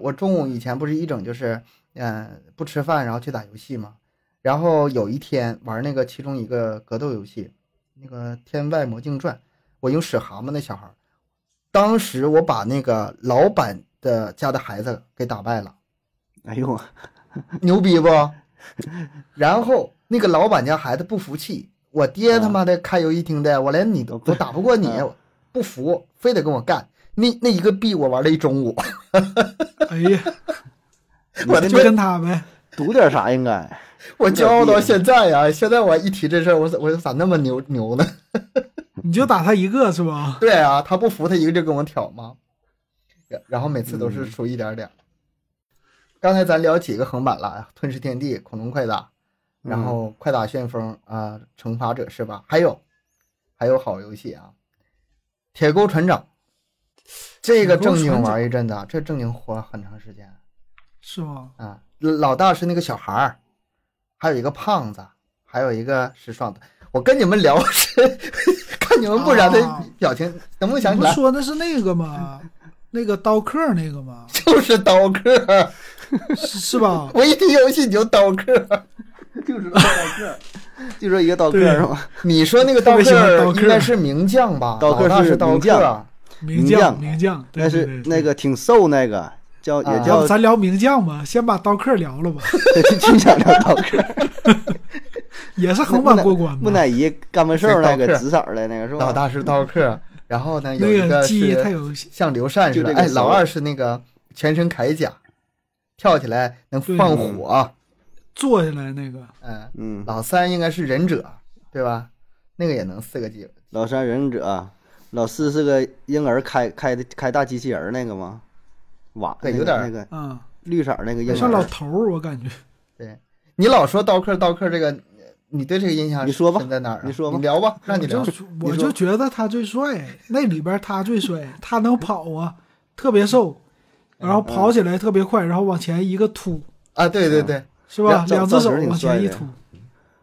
我中午以前不是一整就是嗯、呃不吃饭，然后去打游戏嘛，然后有一天玩那个其中一个格斗游戏，那个《天外魔镜传》，我用屎蛤蟆那小孩儿，当时我把那个老板的家的孩子给打败了。
哎呦，
牛逼不？ 然后那个老板家孩子不服气，我爹他妈的开游戏厅的，我连你都
哦不
我打不过你，
嗯
不服，非得跟我干。那那一个币我玩了一中午，
哎呀，
我
那
他
就
妈
跟他呗，
赌点啥应该？
我骄傲
有点
到
地
现在呀、现在我一提这事儿，我咋我咋那么牛牛呢？
你就打他一个是吧？
对啊，他不服，他一个劲儿跟我挑嘛，然然后每次都是
嗯
输一点点儿。刚才咱聊几个横版了，《吞噬天地》《恐龙快打》，然
嗯
后《快打旋风》啊，《惩罚者》是吧？还有还有好游戏啊，《铁钩船长》，这个
铁钩
正经
船
玩一阵子，啊，这正经活很长时间
是吗？
啊。老大是那个小孩儿，还有一个胖子，还有一个是双子。我跟你们聊是 看你们不然的
啊
表情，能不能想
你
起
不
来？
说那是那个吗？那个刀客那 个吗？
就是刀客，
是是吧？
我一提游戏你就刀客。
就知道刀客，就说一个刀客
对
是吗？
你说那个
特
刀
别喜欢刀
客
客
应该是名将吧？
刀客
老大
是
是刀
名将
客，
名
名将
将，名将，对
但
对
是
对对
那个挺瘦那个。叫也
啊
要
叫
不咱聊名将吧，先把刀客 聊了吧，
就就想聊刀客，
也是横版过关
木
吧。
乃伊干完 事儿那
对刀
个
客
紫色儿的那个是吧？
老大是刀客。然后呢，有
那
一
个
个
记忆太
是
有戏，
像刘禅似
就
的，
这个
哎，
手
老二是那个全身铠甲，跳起来能放火。
坐下来那个
嗯，
嗯，
老三应该是忍者，对吧？那个也能四个技。
老三忍者，老四是个婴儿开开的开大机器人儿那个吗？瓦
对
那
有
个
点
那个
啊，
绿色儿那个婴
有
像
点
老
儿，
头儿，我感觉
你老说刀客刀客这个，呃你对这个印象
你说吧
深在哪儿啊？
你说吧
你聊 吧，让你
我就
聊。
我
你说
就觉得他最帅，那里边他最帅，他能跑啊，特别瘦，然后
嗯
跑起来特别快，然后往前一个突，
啊，对对对，
是吧？
造
两只手
造型挺
往前一
帅的
突，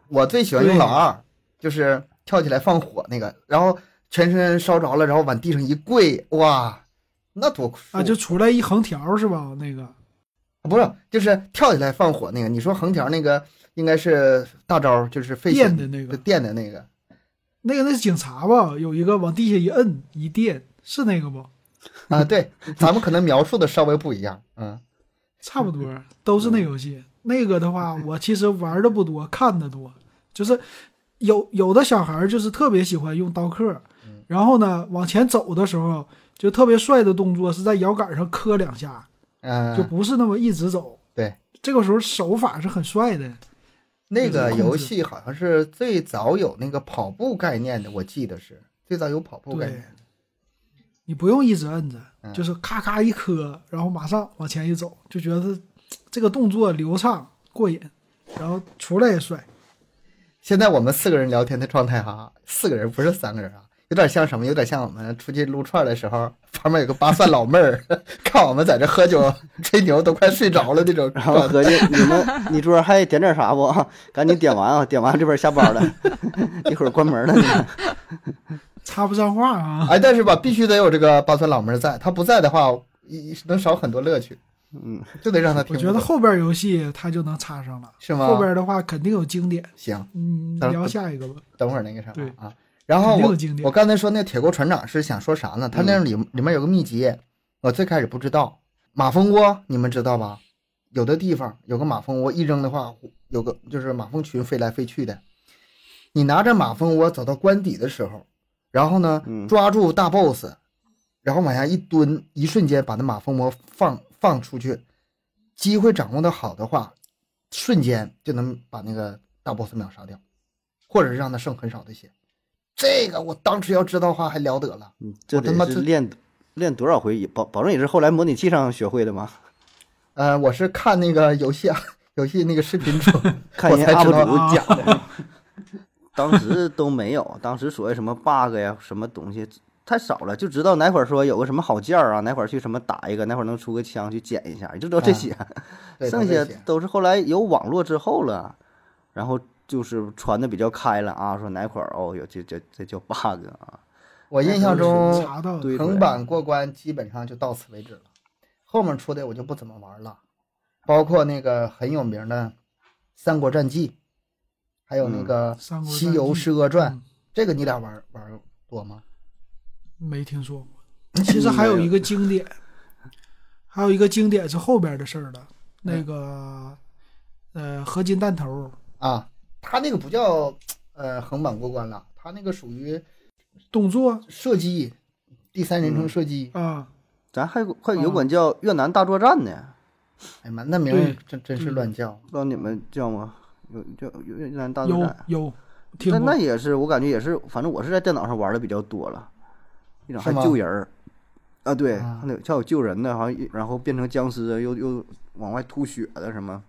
我最喜欢用老二，就是跳起来放火那个，然后全身烧着了，然后往地上一跪，哇，那多酷啊
啊，就出来一横条是吧？那个
不是就是跳起来放火那个。你说横条那个应该是大招，就是费
电
钱
的那
就
个，
电的那个，
那个那是警察吧？有一个往地下一摁一电，是那个不？
啊，对，咱们可能描述的稍微不一样，嗯，
差不多都是那游戏。那个的话，
嗯
我其实玩的不多，看的多。就是有有的小孩儿就是特别喜欢用刀客，
嗯
然后呢往前走的时候，就特别帅的动作是在摇杆上磕两下，
嗯，
就不是那么一直走。
对，
这个时候手法是很帅的。
那
就是
个
控
游
制
戏好像是最早有那个跑步概念的，我记得是最早有跑步概
对
念。，
你不用一直摁着，
嗯
就是咔咔一磕，然后马上往前一走，就觉得这个动作流畅过瘾，然后出来也帅。
现在我们四个人聊天的状态哈，四个人不是三个人啊，有点像什么？有点像我们出去撸串的时候，旁边有个八蒜老妹儿， 看我们在这喝酒吹牛，都快睡着了那 种
然
状态。
后合计你们你桌上还点点啥不？ 赶紧点完啊，点完这边下班了， 一会儿关门了呢。
插不上话啊！
哎，但是吧，必须得有这个八蒜老妹儿在，她不在的话，一能少很多乐趣。
嗯，
就得让她听
我
不
觉
懂。
得后边游戏它就能插上了，
是吗？
后边的话肯定有经典。
行，
嗯，
咱
聊下一个吧。
等会儿那个啥
对
啊。然后
肯定有
我
经典
我刚才说那铁锅船长是想说啥
嗯
呢？他那里里面有个秘籍，我最开始不知道。马蜂窝你们知道吧？有的地方有个马蜂窝，一扔的话有个就是马蜂群飞来飞去的。你拿着马蜂窝走到关底的时候，然后呢
嗯
抓住大 boss，然后往下一蹲，一瞬间把那马蜂窝放放出去。机会掌握的好的话，瞬间就能把那个大 boss 秒杀掉，或者是让他剩很少的血。这个我当时要知道的话还了得了。
嗯这
我他妈
得是
这
练练多少回？保保证也是后来模拟器上学会的吗？
呃，我是看那个游戏啊， 游戏那个视频中
看
我
人家
才
UP
知道啊
主讲的，当时都没有， 当时所谓什么 bug 呀，什么东西太少了，就知道哪会儿说有个什么好件儿啊，哪会儿去什么打一个，哪会儿能出个枪去捡一下，就知道这 些，
啊对
剩
都
下
是血
都是后来有网络之后了，然后就是传的比较开了啊，说哪会儿哦，有这这这叫 bug 啊，
我印象中
查到的
对
横版过关基本上就到此为止了，后面出的我就不怎么玩了，包括那个很有名的《三国战记》，还有那个
三
《
嗯国
西游
是
师哥传》，这个你俩玩玩多吗？
没听说 过。其实还有一个经典，还有一个经典是后边的事儿了。那
嗯
个呃，合金弹头
啊，他那个不叫呃横版过关了，他那个属于
动作
射击，第三人称射击。
啊，
咱还有
啊
快有管叫越南大作战呢，
哎呀妈，那名儿
对
真真是乱叫。
不知道你们叫吗？有叫越南
啊
大作
有
战。
有听
那那
过
也是，我感觉也是，反正我是在电脑上玩的比较多了，那种
是
还
吗
救人儿，啊对，
啊
还有还有救人的，好像然后变成僵尸，又又往外吐血的什么，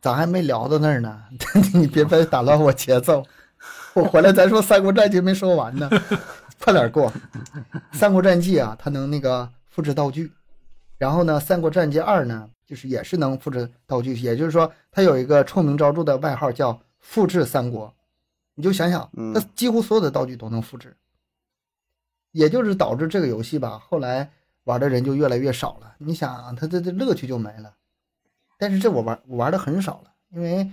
咱还没聊到那儿呢， 你别别打乱我节奏。我回来咱说《三国战记》没说完呢， 快点过。《三国战记》啊，它能那个复制道具，然后呢，《三国战记二》呢，就是也是能复制道具，也就是说，它有一个臭名昭著的外号叫“复制三国”。你就想想
嗯，
它几乎所有的道具都能复制，也就是导致这个游戏吧，后来玩的人就越来越少了。你想啊，它这这乐趣就没了。但是这我玩我玩的很少了，因为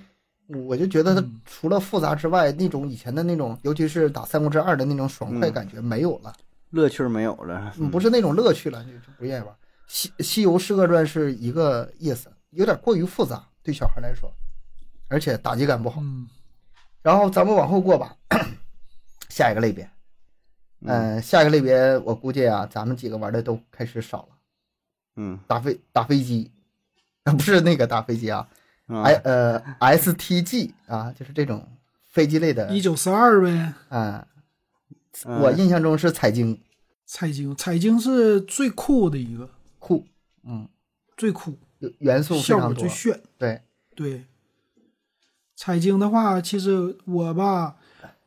我就觉得它
嗯
除了复杂之外，那种以前的那种，尤其是打《三国志二》的那种爽快
嗯
感觉没有了，
乐趣儿没有了。
嗯不是那种乐趣了，就就不愿意玩。西西游释厄传是一个意思，有点过于复杂对小孩来说，而且打击感不好。
嗯，
然后咱们往后过吧， 下一个类别，
嗯
嗯、下一个类别我估计啊，咱们几个玩的都开始少了，
嗯
打飞打飞机， 不是那个打飞机啊，
嗯，
哎，呃 STG 啊，就是这种飞机类的
一九四二呗，
啊、
嗯
我印象中是彩晶，
彩晶，彩晶是最酷的一个，
酷，嗯，
最酷，
呃元素非
效
常
果
多
最，炫。
对，
对，彩晶的话，其实我吧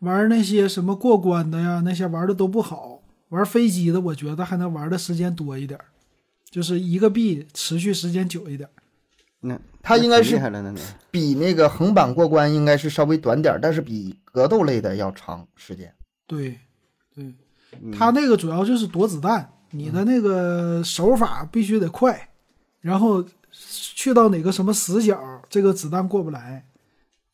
玩那些什么过关的呀，那些玩的都不好。玩飞机的，我觉得还能玩的时间多一点儿，就是一个币持续时间久一点儿。
那
它
那
应该
挺
是
厉害了，那你
比那个横版过关应该是稍微短点儿，但是比格斗类的要长时间。
对，对，他那个主要就是躲子弹，你的那个手法必须得快，然后去到哪个什么死角，这个子弹过不来，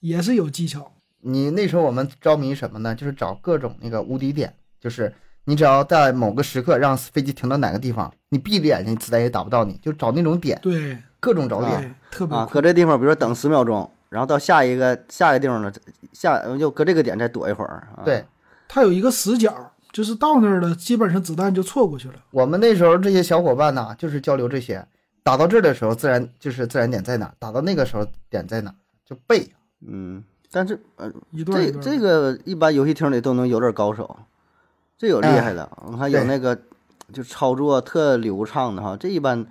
也是有技巧。
你那时候我们着迷什么呢？就是找各种那个无敌点，就是你只要在某个时刻让飞机停到哪个地方，你闭着眼睛子弹也打不到你，就找那种点，
对，
各种找点。
对，特别
啊，
酷。
搁这地方，比如说等十秒钟，然后到下一个下一个地方了，下又搁这个点再躲一会儿。啊、
对，
它有一个死角，就是到那儿了，基本上子弹就错过去了。
我们那时候这些小伙伴呢，就是交流这些，打到这儿的时候自然就是自然点在哪儿，打到那个时候点在哪儿就背。
嗯，但是呃，
一段一
这
段
这个一般游戏厅里都能有点高手，这有厉害的，我看有
对
那个就操作特流畅的哈，这一般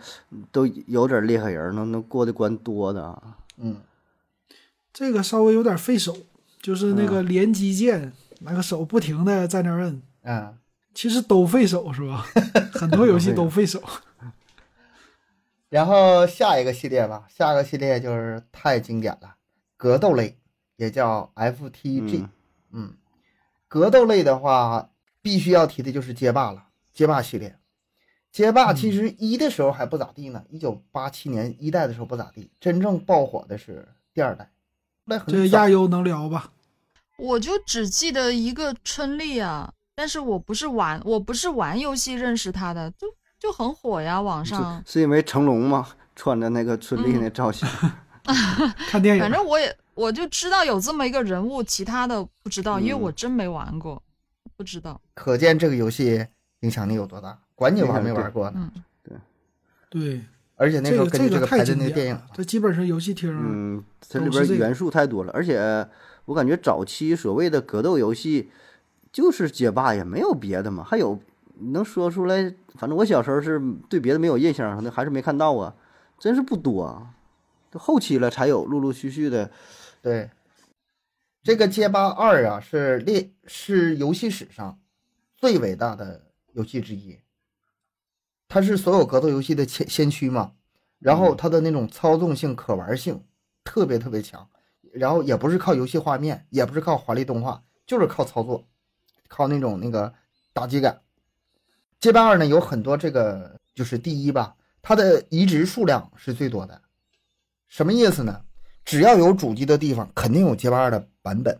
都有点厉害人，能能过的关多的啊。
嗯，
这个稍微有点费手，就是那个
嗯
连击键，那个手不停的在那儿摁，
啊，
其实都费手是 吧？很多游戏都费手。
然后下一个系列吧，下个系列就是太经典了，格斗类也叫 FTG。
嗯
嗯，格斗类的话，必须要提的就是街霸了，街霸系列。街霸其实一的时候还不咋地呢，一九八七年一代的时候不咋地，真正爆火的是第二代，后来
这
很早
亚优能聊吧？
我就只记得一个春丽啊，但是我不是玩，我不是玩游戏认识她的，就就很火呀，网上。
是因为成龙吗？穿着那个春丽那造型，
看电
反
影，
正我也我就知道有这么一个人物，其他的不知道，因为
嗯
我真没玩过，不知道。
可见这个游戏影响力有多大，管你玩没玩过呢。
嗯，
对
而且那时
这
候
个
根据
个
个拍
太
的
经
那个
典
电影啊
了，，这基本上游戏厅啊儿。
嗯，这
都
里
是
边
这个
元素太多了，而且我感觉早期所谓的格斗游戏就是街霸，也没有别的嘛。还有能说出来，反正我小时候是对别的没有印象，可能还是没看到啊，真是不多啊。就后期了才有陆陆续续的，
对，这个街霸二啊是列是游戏史上最伟大的游戏之一，它是所有格斗游戏的先先驱嘛。然后它的那种操纵性、可玩性特别特别强，然后也不是靠游戏画面，也不是靠华丽动画，就是靠操作，靠那种那个打击感。街霸二呢有很多这个就是第一吧，它的移植数量是最多的。什么意思呢？只要有主机的地方，肯定有街霸二的版本，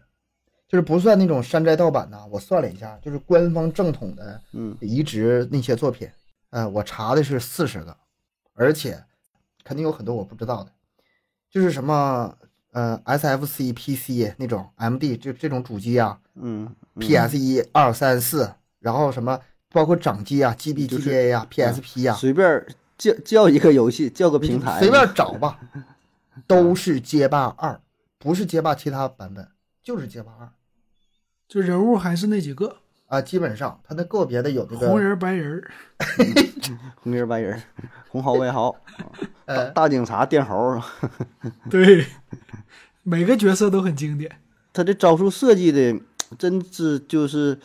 就是不算那种山寨盗版呐。我算了一下，就是官方正统的
嗯，
移植那些作品，呃，我查的是四十个，而且肯定有很多我不知道的，就是什么呃 SFC、PC 那种 MD 就这种主机啊
嗯嗯
，PS 一、二、三、四，然后什么包括掌机啊、GB、
就是
GTA 呀、PSP 呀、
嗯
嗯
随便叫叫一个游戏，叫个平台，
随便找吧， 都是街霸二，不是街霸其他版本，就是街霸二
就人物还是那几个，
啊。基本上它那个别的有这个
红人儿白人儿，
红人白人，红袍白袍，大
呃
大警察、电猴，
对， 每个角色都很经典。
他这招数设计的真是就是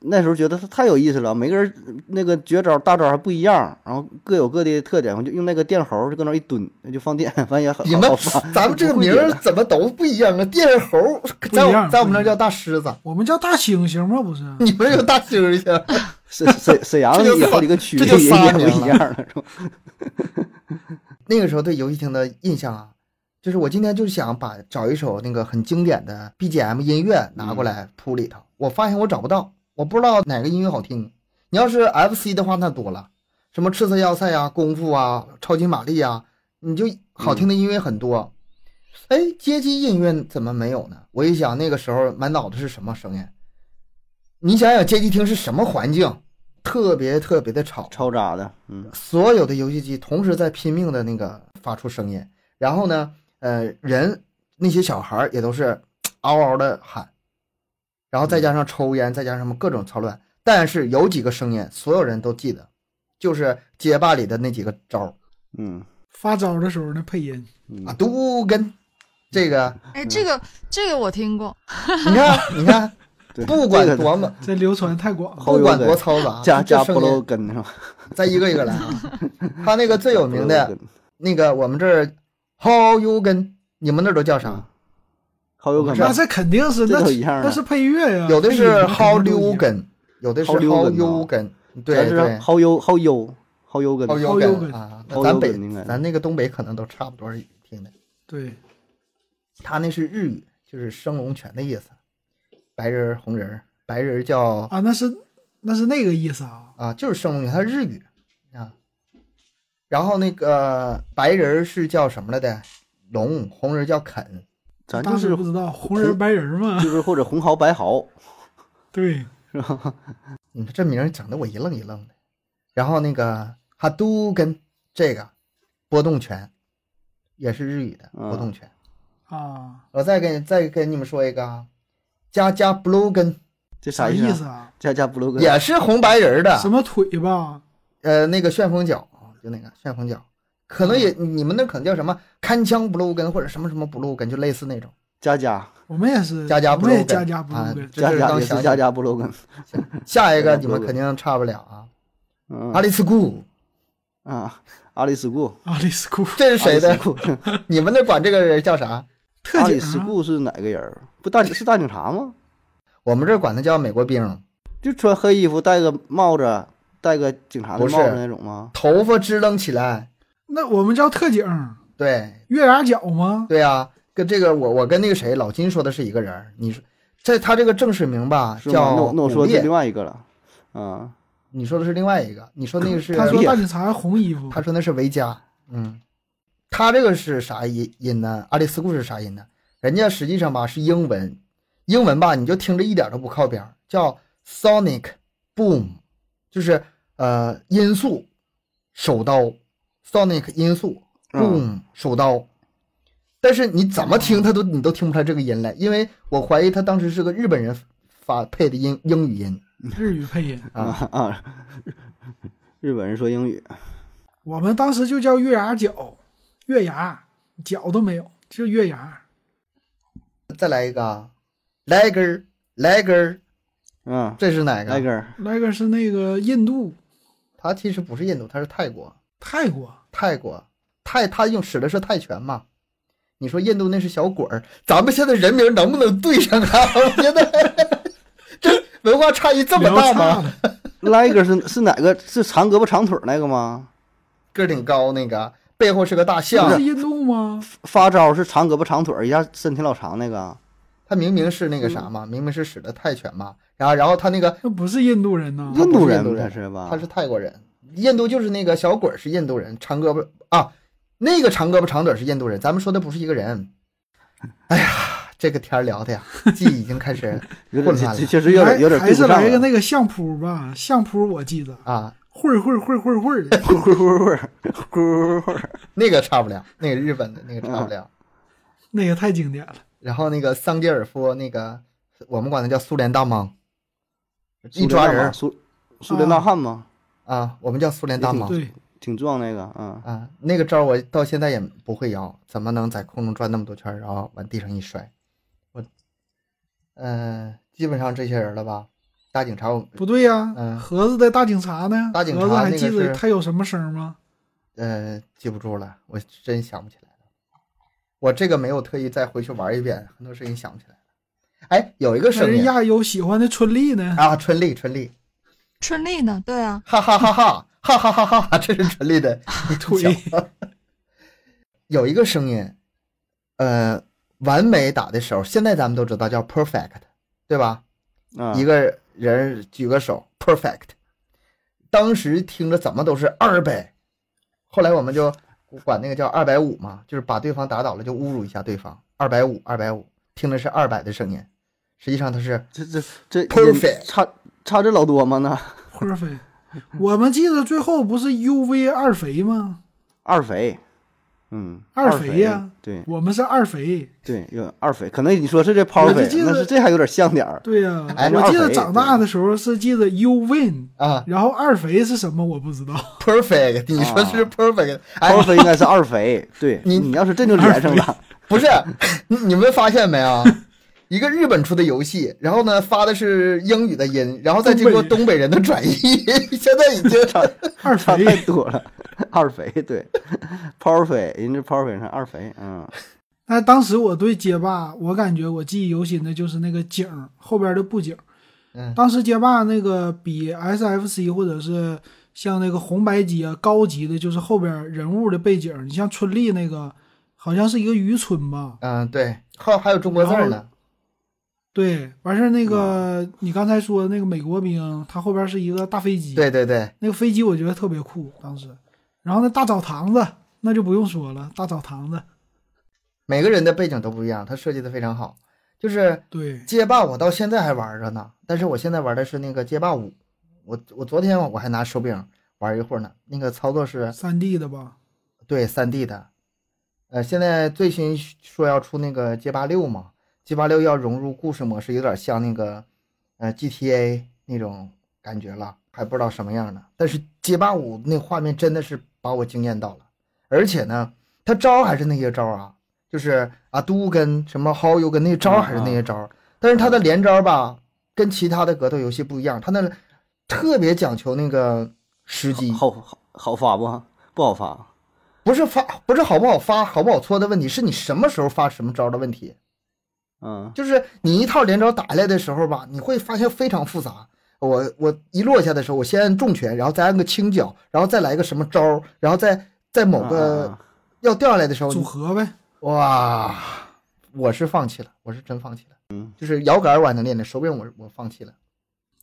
那时候觉得他太有意思了，每个人呃那个绝招大招还不一样，然后各有各的特点。我就用那个电猴就搁那儿一蹲，就放电，反正也很
你
好
们
好放。
咱们这个名儿怎么都不一样啊？电猴儿在
不一样
我在我们
不
那儿
一样
叫大狮子，
我们叫大猩猩吗？不是，啊
你们有大猩猩。
沈沈沈阳
这就
以
仨
后这个区
这
也
就仨
也不
人了
一样了，是吧？
那个时候对游戏厅的印象啊，就是我今天就是想把找一首那个很经典的 BGM 音乐拿过来铺里头，我发现我找不到，我不知道哪个音乐好听。你要是 FC 的话，那多了，什么赤色要塞啊、功夫啊、超级玛丽啊，你就好听的音乐很多。哎，街机音乐怎么没有呢？我一想，那个时候满脑子是什么声音？你想想街机厅是什么环境？特别特别的吵，
嘈杂的，嗯，
所有的游戏机同时在拼命的那个发出声音，然后呢，呃，人那些小孩儿也都是嘖嗷嗷的喊，然后再加上抽烟，再加上什么各种操乱，但是有几个声音所有人都记得，就是街霸里的那几个招儿
嗯
发招的时候那配音，
啊，
嗯，
都跟这个，
哎，这个这个我听过，
你看，你看，
对，
不
这
管
个
多么，
这流传太广了。
好
不管
有
多
的
嘈 杂，
加
这
加
声
菠萝
音，
根是吧？
咱一个一个来啊。他那个最有 名
菠
的
萝根
那个，我们这儿薅油根，你们那儿都叫啥？
好有根
是
那
啊
吧，
这肯定是那
这都一样啊
那是配乐呀，
有的是薅溜
配音肯定都一样，
根，有的是
薅溜
薅
根呐
油根，对
咱是
对，
好油好油好油根，
薅
薅
油
油
根
根
啊。
薅
那咱
油
北
根应该
咱那个东北可能都差不多是听的。
对，
他那是日语，就是升龙拳的意思，白人儿红人儿，白人儿叫
啊，那是那是那个意思啊。
啊，就是升龙拳，它日语啊。然后那个白人儿是叫什么来的？龙，红人儿叫肯。
咱就
当时
是
不知道红人白人嘛，
就是或者红蚝白蚝，
对，
是吧？
你嗯看这名儿整的我一愣一愣的。然后那个哈都跟这个波动拳，也是日语的
嗯
波动拳。
啊，
我再跟再跟你们说一个啊，加加布鲁根
这啥
啥
意
意
思
思
啊？
啊？
加加菠萝根，
也是红白人儿的
什，么腿吧？
呃，那个旋风脚，就那个旋风脚，可能也
嗯
你们那可能叫什么看枪布鲁根或者什么什么布鲁根，就类似那种。
加加
我们也是，
加加
我
布
们
鲁
也
根
加加不
啊
鲁根，，
这
加
是
加
刚
也
想
是
起
加
来。
加菠萝根，嗯
下一个
加加
你们
布鲁
肯定差不了啊，
嗯
阿里斯库，
啊，阿里斯库，
阿里斯库
这是
阿
谁
里
的
斯？库
你们那管这个人叫啥？
特
阿
警
里斯
啊，
库是哪个人儿？不大是大警察吗？
我们这儿管他叫美国兵。
就穿黑衣服，戴个帽子，戴个警察的
不是
帽子那种吗？
头发支棱起来，
那我们叫特警，
对
月牙角吗？
对啊，跟这个我我跟那个谁老金说的是一个人儿。你说这他这个正式名吧
是吗？那
叫
我那我
古
说的
烈
是另外一个了，啊，
你说的是另外一个，你说那个是啊
他说
猎
大警察红衣服
他，说那是维嘉，嗯，他这个是啥音音呢？阿里斯库是啥音呢？人家实际上吧是英文，英文吧你就听着一点都不靠边儿，叫 sonic boom，就是呃音速手刀，sonic 音速
嗯
boom 手刀。但是你怎么听他都你都听不出来这个音来，因为我怀疑他当时是个日本人发配的英英语音。
日语配音。
啊 啊，日本人说英语，
我们当时就叫月牙角，月牙角都没有，就月牙。
再来一个啊，来根儿来根儿，
嗯，
这是哪个？
来根儿，
那个是那个印度、
它其实不是印度，它是泰国，
泰国，
泰国泰，它用使的是泰拳嘛。你说印度那是小鬼儿，咱们现在人名能不能对上啊？ 我觉得这文化差异这么
聊
大
差
吗？
了。
来根儿是是哪个？是长胳膊长腿儿那个吗？
个儿挺高，那个背后是个大
不
象
是，印度吗？
发招是长胳膊长腿儿，一下身体老长那个，
他明明是那个啥
嗯
嘛，明明是使的泰拳嘛。然后，然后他那个
那不是印度人呐，
他不是
度人
印度人
他是
啊
吧？
他是泰国人，印度就是那个小鬼儿是印度人，长胳膊啊，那个长胳膊长腿儿是印度人，咱们说的不是一个人。哎呀，这个天儿聊的呀，记忆已经开始
有
混
点
乱
这
了
确实有点有点
还
对
是
不上
来一
了。
个那个相扑吧，相扑我记得，
啊。
会儿会儿会儿会儿会儿的
呼呼呼呼呼呼呼，
那个差不了，那个日本的那个
嗯
差不了。
那个太经典了。
然后那个桑吉尔夫，那个我们管他叫苏联大蟒，一抓人儿
苏苏联大汉吗？
啊，我们叫苏联大蟒
对，
挺壮那个，嗯，
啊。那个招儿我到现在也不会摇，怎么能在空中转那么多圈儿，然后往地上一摔？我，嗯、基本上这些人了吧？大警察，我
不对呀
嗯，
盒子的大警察呢？
大警察
盒子还
那个
记
是
得他有什么声吗？
呃记不住了，我真想不起来了。我这个没有特意再回去玩一遍，很多事情想不起来了。哎，有一个
那
声
人
音
亚优喜欢的春丽呢？
啊，春丽，春丽。
春丽呢？对啊，
哈哈哈哈哈哈哈哈哈！这是陈立
啊
的
腿
有一个声音，呃，完美打的手，现在咱们都知道叫 perfect，对吧？
啊，
一个人举个手 perfect，当时听着怎么都是二百，后来我们就管那个叫二百五嘛，就是把对方打倒了就侮辱一下对方，二百五，二百五，听着是二百的声音，实际上它是
这这这
Perfect
也差差这老多吗？那
会儿肥。我们记得最后不是 UV 二肥吗？
二肥嗯，
二
肥
肥呀
对
我们是二肥，
对，有二肥，可能你说是这抛
我就
肥，
记
那
得
是这还有点像点儿，
对呀、
哎
我
那
记
二
得
肥
长大的时候是记得 you win，
啊
然后二肥是什么我不 知道，
，perfect，你
啊
说是 perfect，、
抛
哎，
肥应该是二 肥，对
你
你要是这就连上了，
不是，你你们发现没有？ 一个日本出的游戏，然后呢发的是英语的音，然后再经过东北人的转译， 现在已经
二
差太
肥
多了，二肥对，抛肥，人家抛肥上二肥，嗯，
那当时我对街霸，我感觉我记忆犹新的就是那个景儿后边的布景儿。
嗯
当时街霸那个比 SFC 或者是像那个红白街高级的，就是后边人物的背景儿。你像春丽那个，好像是一个渔村吧？
嗯对，还还有中国字儿呢，
对，完事儿那个、
啊
你刚才说的那个美国兵，他后边是一个大飞机，
对对对，
那个飞机我觉得特别酷，当时。然后那大澡堂子那就不用说了，大澡堂子，
每个人的背景都不一样，它设计的非常好。就是
对，
街霸，我到现在还玩着呢，但是我现在玩的是那个街霸五，我我昨天我还拿手柄玩一会儿呢，那个操作是
三 D 的吧？
对三 D 的，呃，现在最新说要出那个街霸六嘛，街霸六要融入故事模式，有点像那个呃 GTA 那种感觉了，还不知道什么样呢。但是街霸五那画面真的是把我惊艳到了，而且呢，他招还是那些招啊，就是阿都跟什么蒿油跟那招还是那些招，
嗯啊
但是他的连招吧，跟其他的格斗游戏不一样，他那特别讲求那个时机。
好好好发不？不好发，
不是发，不是好不好发、好不好搓的问题，是你什么时候发什么招的问题。
嗯，
就是你一套连招打下来的时候吧，你会发现非常复杂。我我一落下的时候，我先按重拳，然后再按个轻脚，然后再来个什么招，然后再在某
啊
个
啊
要掉下来的时候，
组
你
合呗。
哇，我是放弃了，我是真放弃了。嗯，就是摇杆我还能练练，手柄我我放弃了。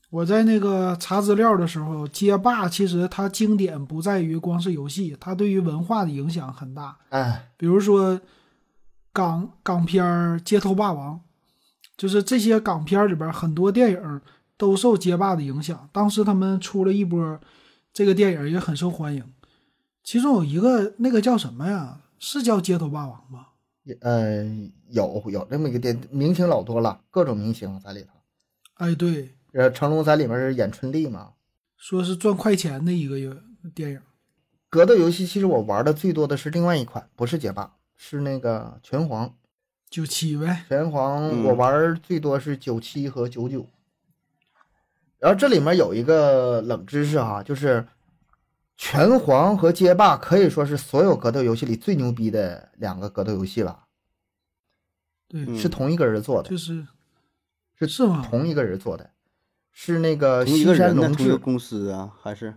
我在那个查资料的时候，街霸其实它经典不在于光是游戏，它对于文化的影响很大。
哎，
比如说港港片儿《街头霸王》，就是这些港片儿里边儿很多电影儿都受街霸的影响。当时他们出了一波，这个电影儿也很受欢迎。其中有一个那个叫什么呀？是叫《街头霸王》吗？
也呃，有有这么一个电，明星老多了，各种明星在里头。
哎，对，
呃，成龙在里面是演春丽嘛，
说是赚快钱的一个游电影儿。
格斗游戏其实我玩的最多的是另外一款，不是街霸，是那个拳皇。
九七呗，
拳皇
嗯
我玩最多是九七和九九。然后这里面有一个冷知识哈、就是拳皇和街霸可以说是所有格斗游戏里最牛逼的两个格斗游戏了，
对，
嗯
是同一个人做的，
就是
是
是吗？
同一个人做的，是那个
啊同一
西
个
山
人呢，
龙
同一个
志
公司啊，还是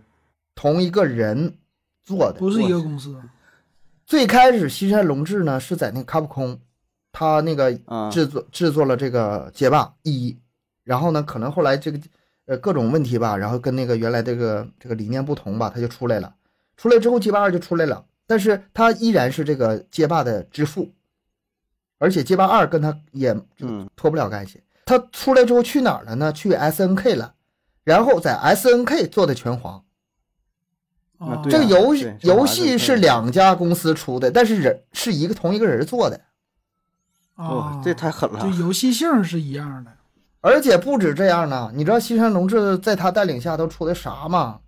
同一个人做的，
不是一个公
啊
司。
最开始西山龙志呢是在那个卡普空，他那个
啊
制作制作了这个街霸一，然后呢，可能后来这个呃各种问题吧，然后跟那个原来这个这个理念不同吧，他就出来了。出来之后，街霸二就出来了，但是他依然是这个街霸的之父，而且街霸二跟他也就
嗯
脱不了干系。他出来之后去哪儿了呢？去 SNK 了，然后在 SNK 做的拳皇。
啊
哦
对
这个游戏
对这个
游
还是
戏
可以
是两家公司出的，但是人是一个同一个人做的，
啊
哦，，这太狠了
就，游戏性是一样的。
而且不止这样呢。你知道西山龙志在他带领下都出的啥吗？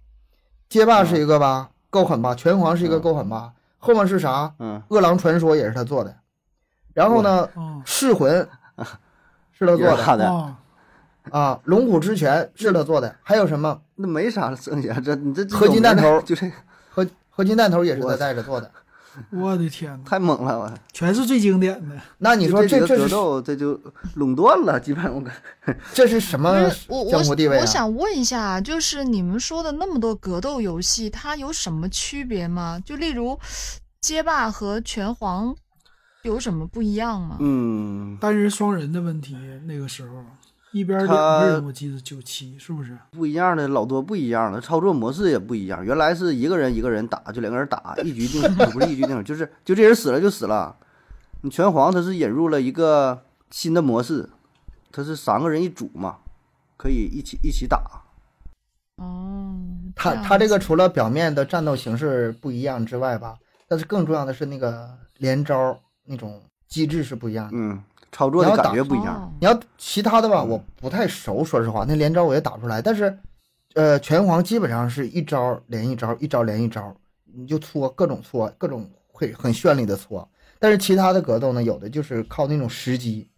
街霸是一个吧，够狠吧；拳皇是一个
嗯
够狠吧。后面是啥？
嗯，
饿狼传说也是他做的，然后呢，
哦
噬魂是他做
也
的
是他的，
哦，
嗯
啊，龙虎之拳是他做的，还有什么
那没啥剩下，这你这这
合金弹头
就这
合合金弹头也是他
我
带着做的。
我的天哪，
太猛了，我。
全是最经典的。
那你说
就
这
这几个
这
格
是
斗这就垄断了，基本上我感
这是什
不
么
是我
江湖地位
我
啊
我？想问一下，就是你们说的那么多格斗游戏，它有什么区别吗？就例如街霸和拳皇有什么不一样吗？
嗯，
单人双人的问题，那个时候一边
他
两个人，我记得九七是不是？
不一样的老多不一样的操作模式也不一样。原来是一个人一个人打，就两个 人打，一局定死，不是一局定死， 就是就这人死了就死了。你拳皇它是引入了一个新的模式，它是三个人一组嘛，可以一起一起打。
哦，
他
样
他这个
哦子
除了表面的战斗形式不一样之外吧，但是更重要的是那个连招儿那种机制是不一样的。
嗯，操作的
然后
感觉
打
不一样。
哦
你要其他的吧，
嗯
我不太熟，说实话，那连招我也打不出来。但是，呃，拳皇基本上是一招连一招，一招连一招，你就搓各种搓，各种会很绚丽的搓。但是其他的格斗呢，有的就是靠那种时机，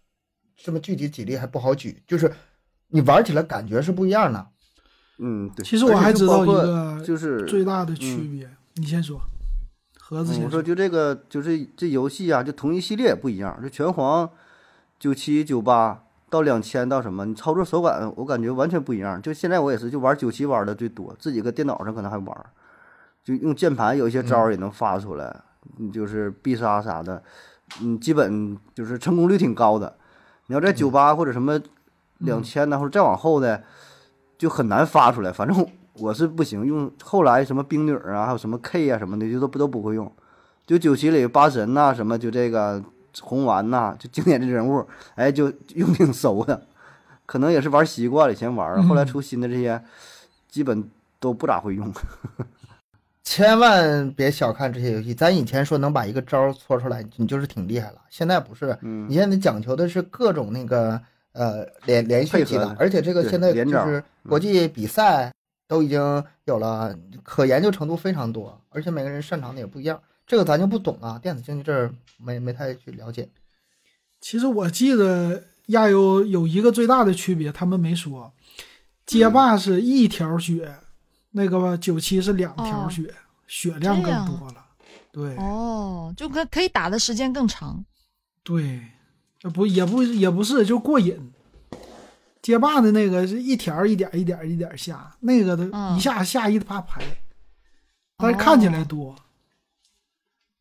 什么具体几例还不好举，就是你玩起来感觉是不一样的。
嗯，对。
其实我还知道一
而且就包括
个
就是嗯
最大的区别，你先说，盒子
嗯我
先
说就这个，就是这游戏啊，就同一系列也不一样。就拳皇九七、九八到两千到什么，你操作手感我感觉完全不一样。就现在我也是，就玩九七玩的最多，自己搁电脑上可能还玩儿，就用键盘有一些招儿也能发出来，嗯、就是必杀啥的，嗯，基本就是成功率挺高的。你要在九八或者什么两千呐，或者再往后的，就很难发出来。反正我是不行，用后来什么冰女儿啊，还有什么 K 啊什么的，就都不都不会用。就九七里八神呐、什么就这个红丸呐、就经典的人物，哎，就 用挺熟的。可能也是玩习惯了，以前玩儿，后来出新的这些，基本都不咋会用。
千万别小看这些游戏，咱以前说能把一个招儿搓出来，你就是挺厉害了。现在不是，
嗯
你现在讲求的是各种那个呃连连续技
配合
能
的，
而且这个
对
现在
连
就
招嗯
是国际比赛都已经有了，可研究程度非常多，而且每个人擅长的也不一样，这个咱就不懂啊，电子竞技这儿没没太去了解。
其实我记得亚优有一个最大的区别，他们没说，街
嗯
霸是一条血，那个九七是两条血，血量更多了。对、
啊哦，就可可以打的时间更长。
对，这不也不也不是就过瘾。街霸的那个是一条一点一点一点下，那个的
嗯
一下下一大排，但是看起来多。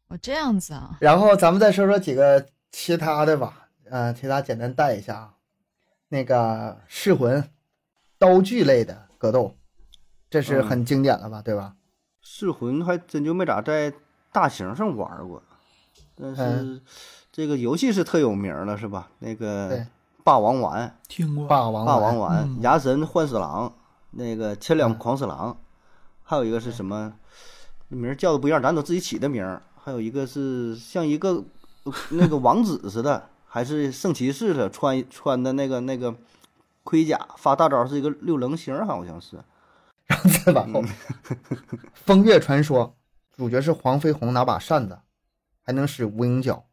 哦，这样子啊，
然后咱们再说说几个其他的吧，呃，其他简单带一下啊。那个噬魂，刀具类的格斗，这
嗯
是很经典了吧，对吧？
噬魂还真就没咋在大型上玩过，但是
嗯
这个游戏是特有名了，是吧？那个
对
霸王丸、
听过，
霸王
嗯霸王
丸嗯
丸、
嗯
牙神幻四郎、那个千两狂四郎，还有一个是什么名儿叫的不一样，咱都自己起的名儿。还有一个是像一个呃那个王子似的， 还是圣骑士的，穿穿的那个那个盔甲，发大招是一个六棱形儿，好像是。
再往后，
嗯
风月传说主角是黄飞鸿拿把扇子，还能使无影脚。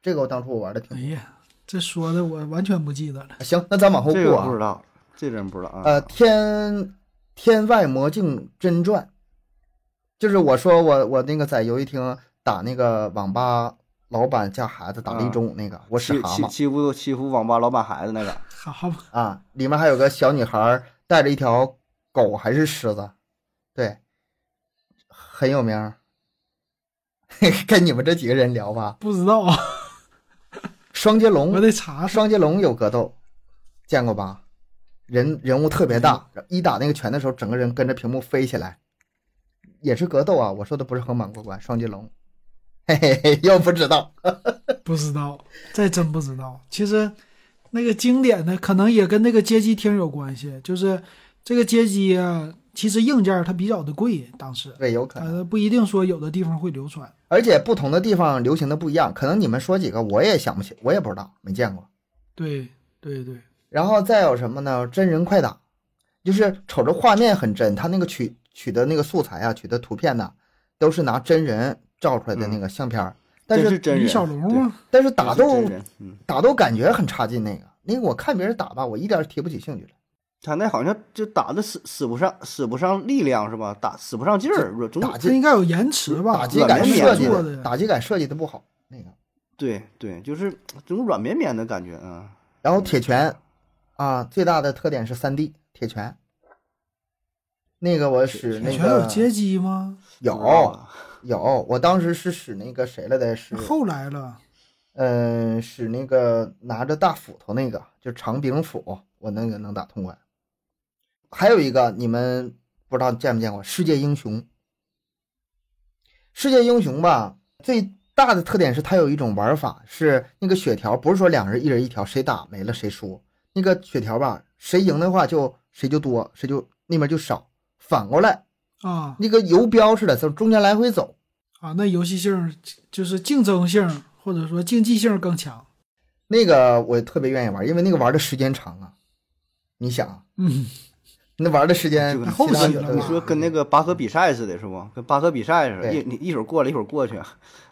这个我当初我玩的挺
哎
多。
呀，这说的我完全不记得了。
行，那咱往后
这个
过
不知
啊。
道，这真不知道啊。
呃，天天外魔镜真传，就是我说我我那个在游戏厅打那个网吧老板家孩子打了一中午那个，我
欺
使蛤
欺
蟆
欺负欺负网吧老板孩子那个，
好吧，
啊，里面还有个小女孩带着一条狗还是狮子，对，很有名儿。 跟你们这几个人聊吧，
不知道啊，
双截
我
龙，
得查查。
双截龙有格斗，见过吧？人人物特别大，
嗯
一打那个拳的时候，整个人跟着屏幕飞起来，也是格斗啊。我说的不是横版过关，双截龙，嘿嘿嘿，又不知道。
不知道，这真不知道。其实那个经典的可能也跟那个街机厅有关系，就是这个街机啊，其实硬件儿它比较的贵，当时
对，有可能，
呃不一定说有的地方会流传。
而且不同的地方流行的不一样，可能你们说几个我也想不起，我也不知道，没见过。
对对对，
然后再有什么呢？真人快打，就是瞅着画面很真，他那个取取的那个素材啊，取的图片呐，都是拿真人照出来的那个相片儿。但
真
是
是真人
李小龙
嗯
啊
对
嘛，
但是
真
打
是真
斗
人嗯，
打斗感觉很差劲，那个那个我看别人打吧，我一点儿提不起兴趣来。
他那好像就打的使使不上使不上力量是吧？打使不上劲儿，软总
打
它
击
应该有延迟吧？
打击
软
感
绵
设
绵
计
做
的
的
打击感设计的不好那个。
对对，就是这种软绵绵的感觉啊。
然后铁拳啊，最大的特点是三 D 铁拳。那个我使那
全有
个
街机吗？
不知道
有
啊
有，我当时是使那个谁来的？是
后来了，
嗯，使那个拿着大斧头那个，就长柄斧，我那个能打通关。还有一个你们不知道见没见过《世界英雄》？《世界英雄》吧，最大的特点是它有一种玩法是那个血条，不是说两人一人一条，谁打没了谁输。那个血条吧，谁赢的话就谁就多，谁就那边就少。反过来，
啊，
那个游标似的，从中间来回走。
啊，那游戏性就是竞争性或者说竞技性更强。
那个我特别愿意玩，因为那个玩的时间长啊。你想，啊
嗯，
那玩的时间
这个
比
后
其他
期
有的
了
你
嘛
说跟那个拔河比赛似的，是不？跟拔河比赛似的，
对
一你一会儿过来，一会儿过去。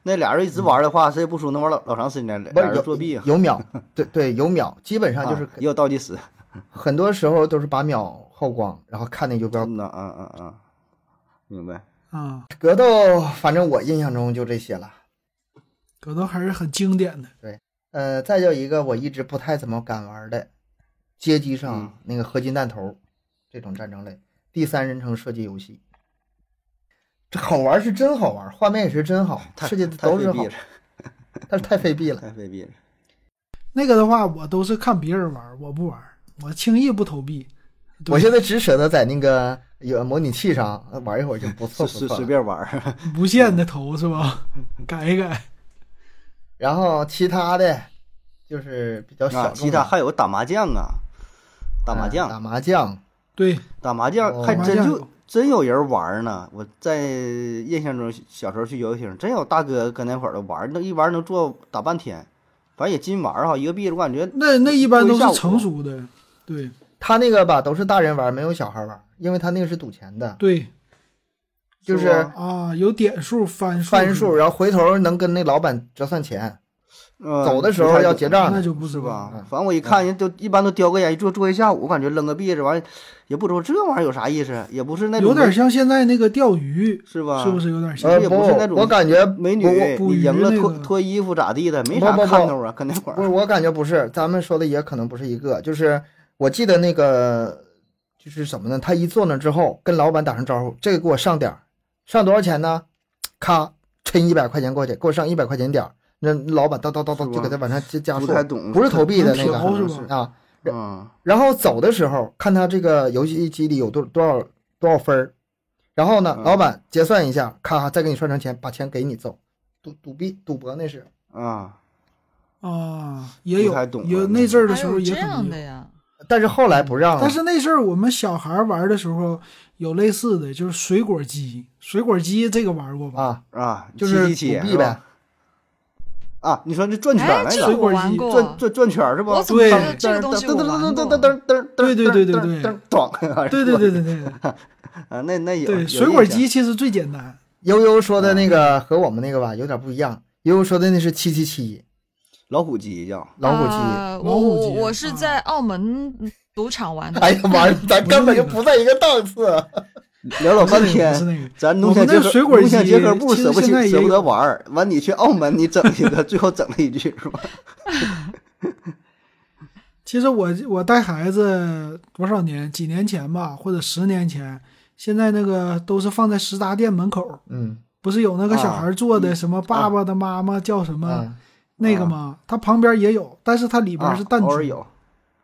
那俩人一直玩的话，谁也不输，能玩老老长时间。
不
俩
是
人
有
作弊啊，
有 秒，对对有秒，基本上就
啊
是
也有倒计时。
很多时候都是把秒耗光，然后看那游标。
嗯呐，嗯嗯嗯，明白。
啊，
格斗，反正我印象中就这些了。
格斗还是很经典的。
呃，再就一个我一直不太怎么敢玩的，街机上
嗯
啊那个合金弹头这种战争类第三人称射击游戏，这好玩是真好玩，画面也是真好，
太
设计的
太
都
费
是
币
好
了，，
但是太费 币了。
太费币了。
那个的话，我都是看别人玩，我不玩，我轻易不投币。对
我现在只舍得在那个有模拟器上呃玩一会儿就不错
随
不
随
错
随
了。
便玩儿，
无限的投是吧？改一改。
然后其他的，就是比较小
啊，
众的、
其他还有打麻将啊，打麻
嗯
将，
打麻将，
对，
打麻将
哦
还
麻
真
将
就真有人玩儿呢。我在印象中，小时候去游戏厅，真有大哥跟那会儿的玩儿，那一玩儿能坐打半天，反正也禁玩儿哈。一个币我感觉
那那一般都
过一下
是
午
成熟的。对
他那个吧都是大人玩，没有小孩玩，因为他那个是赌钱的，
对
就是
吧
是
啊，有点数翻数
翻数，然后回头能跟那老板折算钱，
嗯
走的时
不
候
太
要
懂
结账
那
的。
就不
是
知道
吧
了。
嗯？
反正我一看，人都一般都叼个烟，一坐坐一下午，我感觉扔个币，这玩意儿也不知道这玩意儿有啥意思，也不是那种
有点像现在那个钓鱼，
是吧？
是不是有点像？
呃，
也
不
不是那，种
我感觉
美女
不不，
捕
你赢
鱼
了
那
脱
个
脱衣服咋地的，没啥
不不不
看头啊，跟那会
不
儿
是，我感觉不是，咱们说的也可能不是一个。就是我记得那个，就是什么呢？他一坐那之后，跟老板打声招呼，这个给我上点儿，上多少钱呢？咔，抻一百块钱过去，给我上一百块钱点儿。那老板叨叨叨叨
是
就给他
吧
往上加加
不
数，
太懂，
不是投币的
能
那个
嫖
是
是
吧
吧？
啊。
嗯，
然后走的时候，看他这个游戏机里有多多少多少分儿，然后呢，
嗯
老板结算一下，咔，再给你算成钱，把钱给你走。赌赌币赌博那是，
啊，
啊，也有
不太懂啊
有那阵儿的
还
时候
有
也
这
可
样
能
的
有，
呀？
但是后来不让了。
但是那阵儿我们小孩儿玩的时候有类似的，就是水果机，水果机这个玩过吧？
啊，
啊，
就是
七
赌
七七
币呗。。
啊，你说这转圈
哎
儿，那
这个
个
水
我
果
玩
机
过，啊
转转转圈儿是不？
我怎么觉得
对
这个东西我玩
噔噔
过？
噔噔噔噔，
对对对对对
噔咚，
对对对对对
啊，那那有
对，
有
水果
印象
机其实最简单，
悠悠说
嗯
的那个和我们那个吧有点不一样，悠悠说的那是七七七
老虎机叫
老虎机。
呃
老
我
虎
我
机
我是
啊
在澳门赌场玩 的，
哎呀妈呀，咱根本就不在一个档
嗯
次。
聊老半
不是
天
那个不是那个，
咱农
我
想
们
结
那
合
水果
农想
机
结合部
其
舍不
实现在
起
也
舍不得
有
玩儿，完你去澳门你整一个，最后整了一句是吧？
其实我我带孩子多少年，几年前吧，或者十年前，现在那个都是放在食杂店门口，
嗯
不是有那个小孩做
啊
的什么爸爸的妈妈叫什么、
嗯，
那个吗？它旁边也有，但是它里边
啊
是弹珠。
偶尔有，啊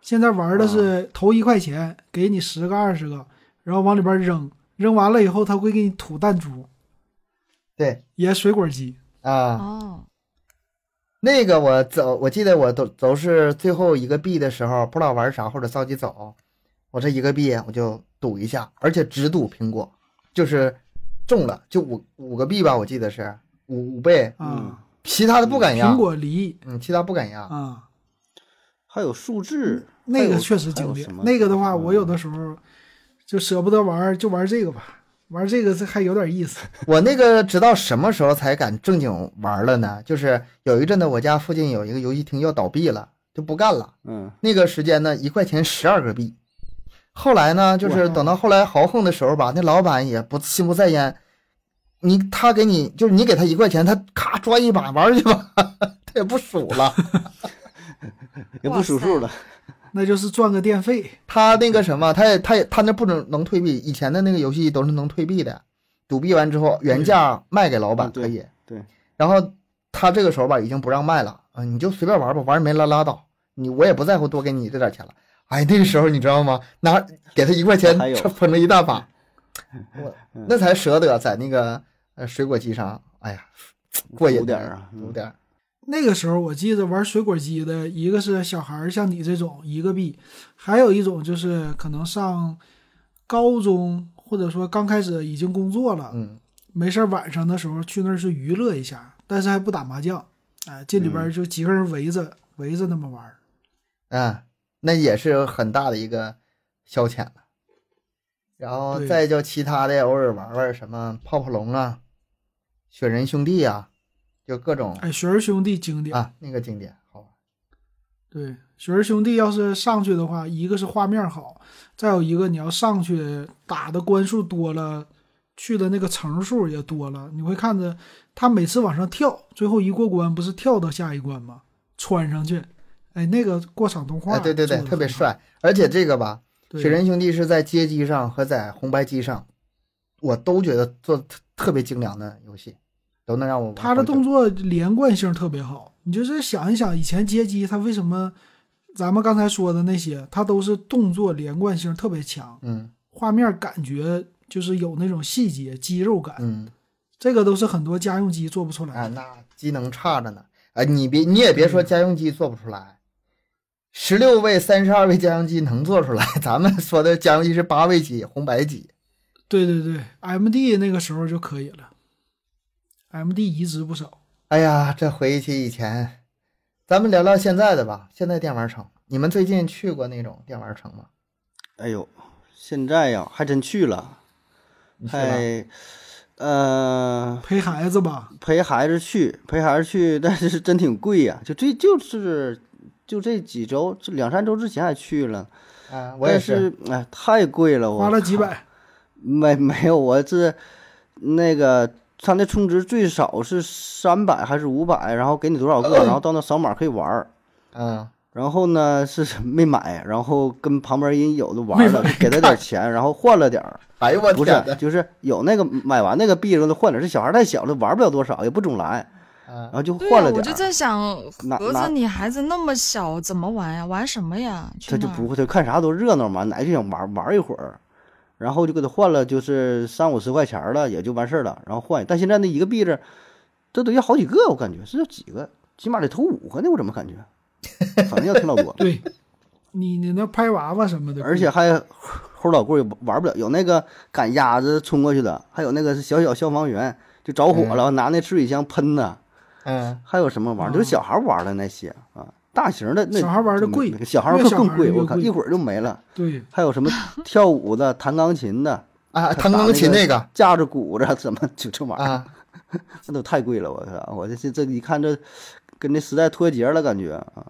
现在玩的是投一块钱，给你十个二十个，然后往里边扔，扔完了以后它会给你吐弹珠，
对
也水果机。
啊，
哦，
那个我走，我记得我都都是最后一个币的时候，不知道玩啥或者着急走，我这一个币我就赌一下，而且只赌苹果，就是中了就五五个币吧，我记得是五五倍，
嗯
啊，
其他的不敢压。
苹果梨
嗯，其他不敢压。
啊，
还有数字，
那
还
个
有
确实
还有
经典
什。么
那个的话，
嗯
我有的时候就舍不得玩，就玩这个吧，玩这个这还有点意思。
我那个直到什么时候才敢正经玩了呢？就是有一阵子我家附近有一个游戏厅要倒闭了，就不干了。
嗯，
那个时间呢，一块钱十二个币。后来呢，就是
哇
等到后来豪横的时候吧，那老板也不心不在焉，你他给你就是你给他一块钱，他咔抓一把玩去吧， 他也不数了。
也不数数了，
那就是赚个电费。
他那个什么，他也他也他那不能能退币，以前的那个游戏都是能退币的，赌币完之后原价卖给老板
嗯对
可以。
对，
然后他这个时候吧已经不让卖了啊，你就随便玩吧，玩没了拉倒，你我也不在乎多给你这点钱了。哎，那个时候你知道吗？拿给他一块钱
还有，嗯
捧了一大 把，我那才舍得在那个呃水果机上，哎呀，过瘾
赌点儿啊嗯
有点儿
那个时候我记得玩水果机的，一个是小孩儿像你这种一个币，还有一种就是可能上高中或者说刚开始已经工作了，
嗯，
没事儿晚上的时候去那儿去娱乐一下，但是还不打麻将，哎，这里
嗯
边儿就几个人围着、围着那么玩儿。
啊，那也是很大的一个消遣了。然后
对
再就其他的，偶尔玩玩什么泡泡龙啊、雪人兄弟啊，就各种
哎，雪儿兄弟经典，
啊那个经典好玩。
对，雪儿兄弟要是上去的话，一个是画面好，再有一个你要上去打的关数多了，去的那个层数也多了，你会看着他每次往上跳，最后一过关不是跳到下一关吗？穿上去，哎，那个过场动画、
哎，对对对，特别，帅。而且这个吧，
对
雪人兄弟是在街机上和在红白机上，我都觉得做得特特别精良的游戏，都能让我玩
他的
好久
动作连贯性特别好。你就是想一想，以前街机他为什么，咱们刚才说的那些，他都是动作连贯性特别强，
嗯
画面感觉就是有那种细节、肌肉感。
嗯，
这个都是很多家用机做不出来
啊
哎，
的。
那机能差着呢。哎，你别你也别说
嗯
家用机做不出来，十六位、三十二位家用机能做出来， 咱们说的家用机是八位机、红白机。
对对对，MD 那个时候就可以了，MD 移植不少。
哎呀，这回忆起以前，咱们聊聊现在的吧。现在电玩城，你们最近去过那种电玩城吗？
哎呦，现在呀，还真去了，
你去吧。
还呃
陪孩子吧，
陪孩子去，陪孩子去， 但是真挺贵呀、就这就是就这几周，这两三周之前还去了，
啊，我也
但
是。
是，哎，太贵了，我
花了几
靠
百，，
没没有，我是那个他那充值最少是三百还是五百，然后给你多少个，然后到那扫码可以玩儿。
嗯，
然后呢是没买，然后跟旁边人有的玩了，给他点钱，然后换了点儿，
哎呦我
不
天
是
哪！
就是有那个买完那个币了换点儿，这小孩太小了玩不了多少，也不总来，
啊
然后就
对
换
呀
了
我
点
就
儿。
在想，
拿
合
拿
着你孩子那么小，怎么玩呀？玩什么呀？去
他就
哪儿
不会，他看啥都热闹嘛，哪就想玩玩一会儿，然后就给他换了，就是三五十块钱儿了，也就完事儿了，然后换。但现在那一个币子，这都要好几个，我感觉是要几个，起码得投五个呢，我怎么感觉？反正要挺老多
对，你你那拍娃娃什么的，
而且还齁老贵，玩不了。有那个赶鸭子冲过去的，还有那个是小小消防员就着火
嗯
了，拿那吃水枪喷的，
嗯，
还有什么玩意儿，
啊
就是小孩玩的那些啊。大型的那
小孩玩的
没
贵
没小孩
越
更
小
更
孩
贵，
越
我靠，
贵
一会儿就没了。
对，
还有什么跳舞的、弹钢琴的、
啊，
他
弹
打
钢
那
琴
个
那个
架着鼓着，怎么就这玩意儿，
啊，
那都太贵了。我操，我这这这一看这跟这时代脱节了，感觉啊。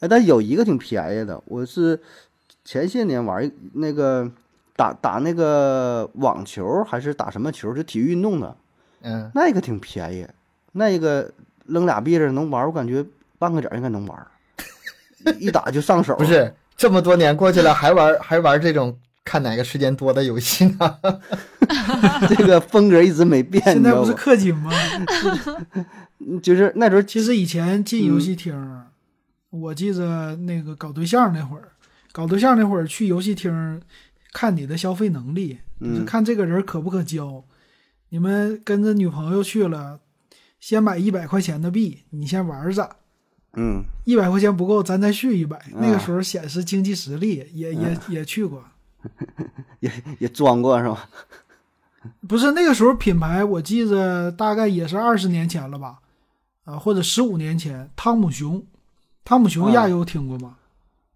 哎，但有一个挺便宜的，我是前些年玩一那个打打那个网球还是打什么球，就体育运动的，
嗯，
那个挺便宜，那个扔俩币子能玩，我感觉半个点儿应该能玩儿，一一打就上手。
不是这么多年过去了，还玩还玩这种看哪个时间多的游戏呢？
这个风格一直没变，
现
你知
在
道
不是
吗？
氪金吗？
就是那时候
其实以前
嗯
进游戏厅，我记着那个搞对象那会儿，搞对象那会儿去游戏厅，看你的消费能力，就是
嗯
看这个人可不可交。你们跟着女朋友去了，先买一百块钱的币，你先玩着，
嗯。
一百块钱不够，咱再续一百。那个
啊
时候显示经济实力，也也也去过。
也也装过是吧？
不是那个时候品牌，我记着大概也是二十年前了吧，啊，或者十五年前，汤姆熊，汤姆熊
啊
亚优听过吗？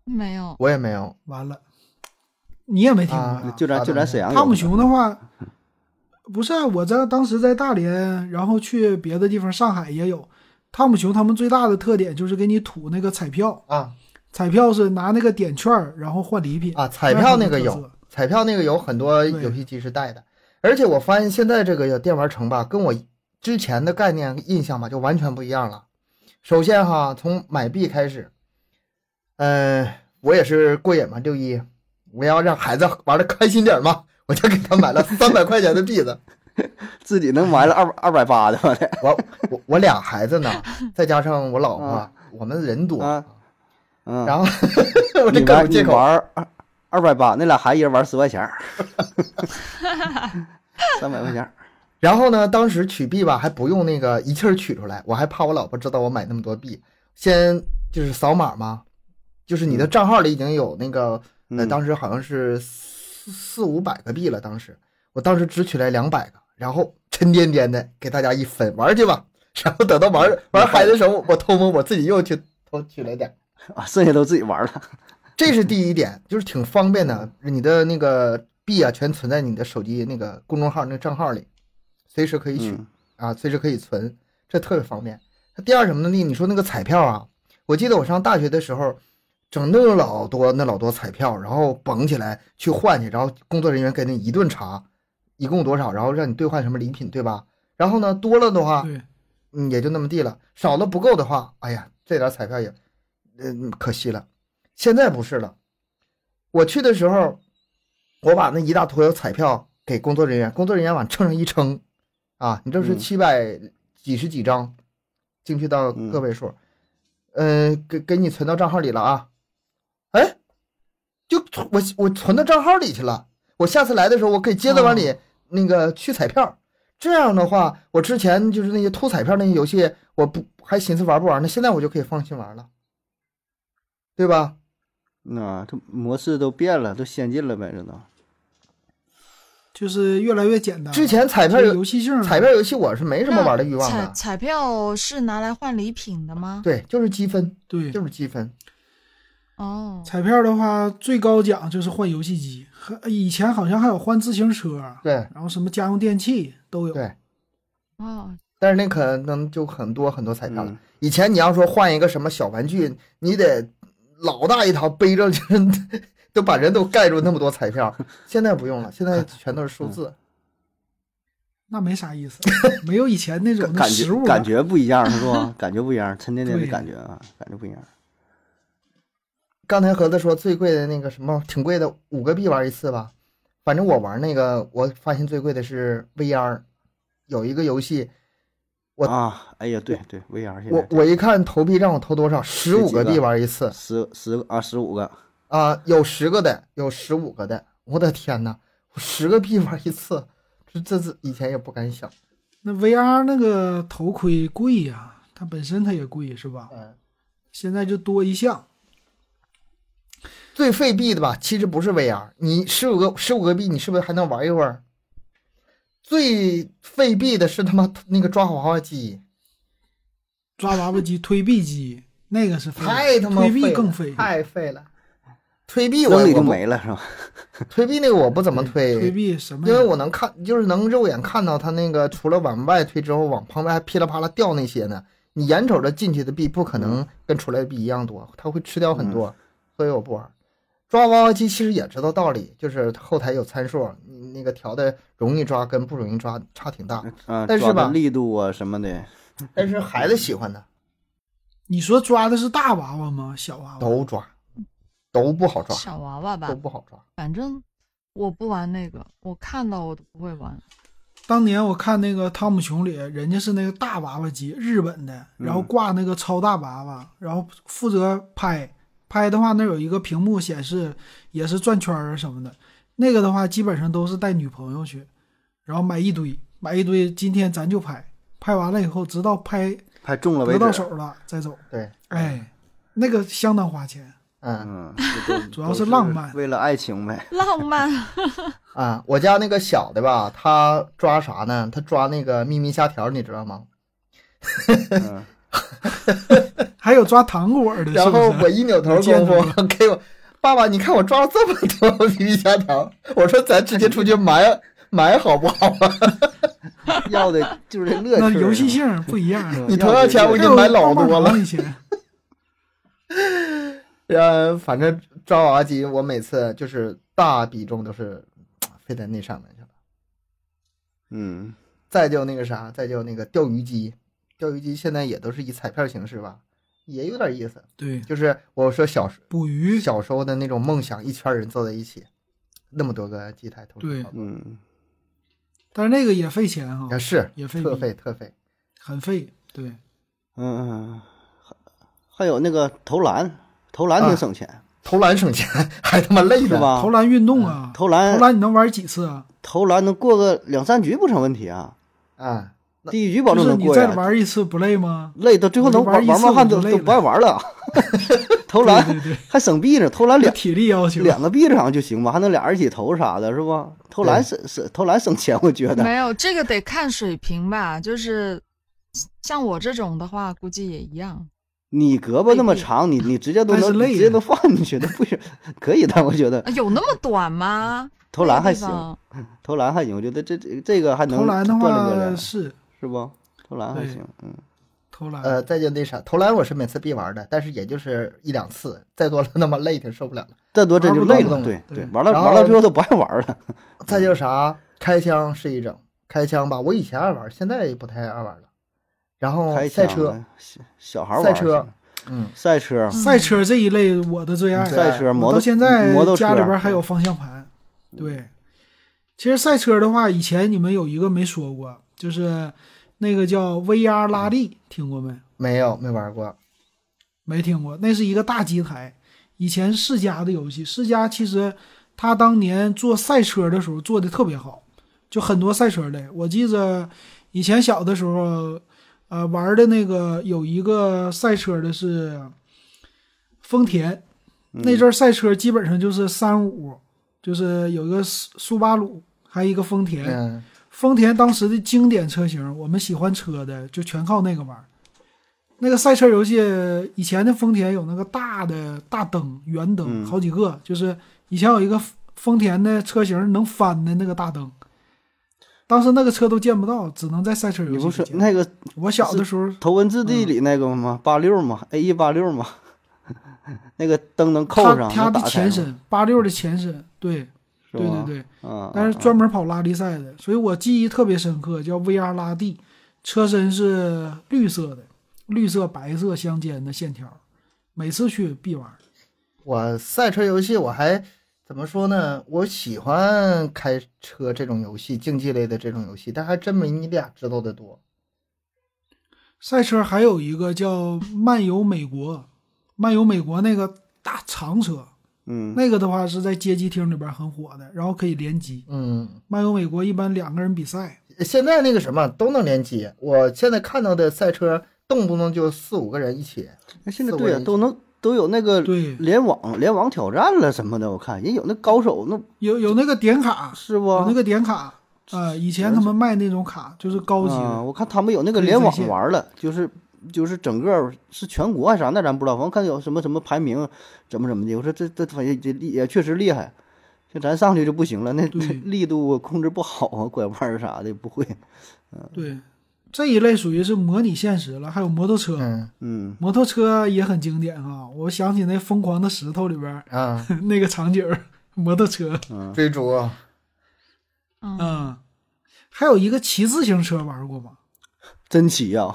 没有，
我也没有，
完了，你也没听过、
啊
就咱
发
就
动
咱
机
沈阳有
汤姆
的
熊的话，不是啊、我在当时在大连，然后去别的地方，上海也有。汤姆熊他们最大的特点就是给你吐那个彩票，
啊
彩票是拿那个点券儿然后换礼品。
啊，彩票那
那是
个
特
有
色，
彩票那个有很多
对
游戏机是带的，而且我发现现在这个电玩城吧，跟我之前的概念印象吧就完全不一样了。首先哈，从买币开始，嗯、我也是过瘾嘛，六一，我要让孩子玩的开心点儿嘛， 我就给他买 了三百块钱的币子。
自己能买了二二百八的吧？
我我我俩孩子 呢，再加上我老婆，
啊
我们人多，
啊嗯，
然后 我这各
你
种
玩
借
你
口。
玩二二百八，那俩孩子一人玩十块 钱儿，三百块钱儿。
然后呢，当时取币吧还不用那个一气儿取出来，我还怕我老婆知道我买那么多币，先就是扫码嘛，就是你的账号里已经有那个，呃，
嗯
当时好像是四四五百个币了，当时我当时只取来两百个，然后沉甸甸的给大家一分，玩去吧。然后等到玩
嗯
玩嗨的时候，我偷摸我自己又去偷取了 点儿，
啊，剩下都自己玩了。
这是第一点，就是挺方便的。
嗯
你的那个币啊，全存在你的手机那个公众号那个账号里，随时可以取。
嗯，
啊，随时可以存，这特别方便。它第二什么呢？你说那个彩票啊，我记得我上大学的时候，整那老多那老多彩票，然后绑起来去换去，然后工作人员给你一顿查，一共多少，然后让你兑换什么礼品，对吧？然后呢，多了的话，
对，
嗯，也就那么地了。少了不够的话，哎呀，这点彩票也，嗯，可惜了。现在不是了，我去的时候，我把那一大坨彩票给工作人员，工作人员往秤上一称，啊，你这是
嗯
七百几十几张，精确到
嗯
个位数，嗯，给给你存到账号里了啊。哎，就我我存到账号里去了。我下次来的时候，我可以接着往里、那个取彩票。这样的话，我之前就是那些偷彩票那些游戏，我不还寻思玩不玩呢？现在我就可以放心玩了，对吧？
那这模式都变了，都先进了呗，这都。
就是越来越简单。
之前彩
这
票
个
游
游戏性
彩票游戏我是没什么玩的欲望
彩
的，
彩票是拿来换礼品的吗？
对，就是积分，
对
就是积分。
哦，
彩票的话，最高奖就是换游戏机，还以前好像还有换自行车，啊
对，
然后什么家用电器都有
对。
哦，
但是那可能就很多很多彩票了。
嗯
以前你要说换一个什么小玩具，你得老大一套背着，就是 都把人都盖住那么多彩票。现在不用了，现在全都是数字。
那没啥意思，没有以前那种的
感
实物
觉
了
感觉不一样是 吧？感觉不一样，沉甸甸的
对
感觉啊，感觉不一样。
刚才盒子说最贵的那个什么挺贵的，五个币玩一次吧。反正我玩那个，我发现最贵的是 VR，有一个游戏，我
啊，哎呀，对对，VR 现
我
在
我一看投币让我投多少，十五个币玩一次
十十啊十五个，
啊，有十个的，有十五个的，我的天呐，我十个币玩一次，这这这以前也不敢想。
那 VR 那个头盔贵呀、它本身它也贵是吧？
嗯，
现在就多一项，
最费币的吧，其实不是 VR，你十五个十五个币，你是不是还能玩一会儿？最费币的是他妈那个抓娃娃
嗯
机，
抓娃娃机、推币机，那个是废物
太他妈
推币
废
更
了
废，
太废了。推币我
扔里
我
就
不
没了是吧？
推币那个我不怎么
推
推，
币什么
因
呀？
为我能看，就是能肉眼看到它那个除了往外推之后，往旁边还噼里啪啦掉那些呢。你眼瞅着进去的币不可能跟出来的币一样多，它会吃掉很
嗯
多，所以我不玩。抓娃娃机其实也知道道理，就是后台有参数，你那个调的容易抓跟不容易抓差挺
嗯
大。
啊，
但是
抓的
吧
力度啊什么的，
但是孩子喜欢的
你说抓的是大娃娃吗？小娃娃？
都抓，都不好抓，
小娃娃吧
都，不好抓。
反正我不玩那个，我看到我都不会玩。
当年我看那个《汤姆熊》里，人家是那个大娃娃机，日本的，
嗯
然后挂那个超大娃娃，然后负责拍。拍的话，那有一个屏幕显示，也是转圈儿啊什么的。那个的话，基本上都是带女朋友去，然后买一堆，买一堆，今天咱就拍，拍完了以后，直到拍
还中了
得
为
到
止。
手了再走。
对，
哎，那个相当花钱。
嗯
嗯，这都
主要
都
是
是
浪漫
为了爱情 呗。
浪漫
啊，我家那个小的吧，他抓啥呢？他抓那个秘密虾条，你知道吗？
嗯，
还有抓糖果的，
然后
是不
我
是？
一扭头
你见
功
着
夫， 给我爸爸，你看我抓了这么多皮皮虾条，我说咱直接出去买买好不好啊？
要的就是这乐趣
那
儿。
游戏性不一样。
嗯，
你同样钱我
要
已经
的
还有
买老
棒
多
棒
了
糖。以前
呃，反正抓娃娃机，我每次就是大比重都是呃费在那上面去了。
嗯，
再就那个啥，再就那个钓鱼机，钓鱼机现在也都是以彩票形式吧，也有点意思。
对
就是我说小时
捕鱼，
小时候的那种梦想，一圈人坐在一起，那么多个机台投
对
好多
嗯
但是那个也费钱哈、
啊是
也费
特
力
费特费
很费。对，
嗯嗯，还还有那个投篮，投篮
啊
挺省钱，
投篮省钱， 还他妈累
是
呢？
吧？
投篮运动啊，
投篮
投篮你能玩几次啊？
投篮能过个两三局不成问题啊。
啊，
第一局保
就
证
是
能
你
过
再
呀。
玩一次不累吗？
累到最后能
你玩
玩
一
玩
次
完汗
我就
都
累
都
了
不爱玩 了。投篮
对对
还省币呢，投篮
对，
两
体力要求。
两个币好像就行吧，还能俩人一起投啥的，是不？投篮省省投篮省钱，我觉得。
没有这个得看水平吧，就是像我这种的话，估计也一样。
你胳膊那么长，你你直接都
但
能
是累呀
直
啊
接都放进去，那不行，可以的，我觉 得
啊有那么短吗？
投篮还
那个地
行，
方
投篮还行，我觉得这这这个还能
投篮的
锻炼锻
话
炼，啊
是
是不？投篮还
对
行，嗯，
投篮，
呃，再就那啥，投篮我是每次必玩的，但是也就是一两次， 再多了那么累挺受不了了。
再多真
玩
就
不
累
动
了，
了
对
对
对，玩到
然
玩到
后
最后都不爱玩了。
再就是啥，开枪是一整，开枪吧，我以前爱玩，现在也不太爱玩了。然
哦
后
开
赛
枪
车，
了，小小孩玩
赛
儿
车
去，
嗯，
赛车，
赛车这一类我的最爱。
对
赛车，摩托
我啊到现在
嗯摩托车啊嗯
家里边还有方向盘。对，其实赛车的话，以前你们有一个没说过，就是那个叫 VR 拉力，听过没？
没有没玩过，
没听过，那是一个大机台，以前世嘉的游戏，世嘉其实他当年做赛车的时候做的特别好，就很多赛车类。我记着以前小的时候，呃，玩的那个有一个赛车的是丰田，
嗯
那阵儿赛车基本上就是三五，就是有一个苏苏巴鲁，还有一个丰田，
嗯，
丰田当时的经典车型，我们喜欢车的就全靠那个玩儿。那个赛车游戏，以前的丰田有那个大的大灯、圆灯，
嗯
好几个，就是以前有一个丰丰田的车型能翻的那个大灯，当时那个车都见不到，只能在赛车游戏
你
里
不是
见
那个
我小的时候
头文字
嗯
D 里那个吗？八六吗？A E 八六吗？ 那个灯能扣
它
上，
它
能
的
打开
前
吗，
身，八六的前身，对
是
对对
吧？
对。
嗯，
但是专门跑拉力赛的，所以我记忆特别深刻，叫 VR 拉力，车身是绿色的，绿色白色相间的线条，每次去必玩。
我赛车游戏我还怎么说呢？我喜欢开车这种游戏，竞技类的这种游戏，但还真没你俩知道的多。
赛车还有一个叫漫游美国，漫游美国那个大长车，
嗯，
那个的话是在街机厅里边很火的，然后可以联机。
嗯，
漫游美国一般两个人比赛，
现在那个什么都能联机，我现在看到的赛车动不动就四五个人一起，
那现在
四五
对啊
人一
都
起
能都有那个
对
联网联网挑战了什么的，我看人有那高手，那
有有那个点卡，
是不
有？那个点卡，呃，以前他们卖那种卡就是高级
啊，
的，
我看他们有那个
可以
联
在
网
线
玩了，就是就是整个是全国还是啥，那咱不知道。反正看有什么什么排名，怎么怎么的。我说这这反正这厉也确实厉害，像咱上去就不行了，那
对
那力度控制不好啊，拐弯儿啥的不会。
对，这一类属于是模拟现实了，还有摩托车，
嗯
嗯，
摩托车也很经典哈、我想起那《疯狂的石头》里边儿
啊，
那个场景儿，摩托车，
追逐
嗯，
嗯，还有一个骑自行车玩过吗？
真骑呀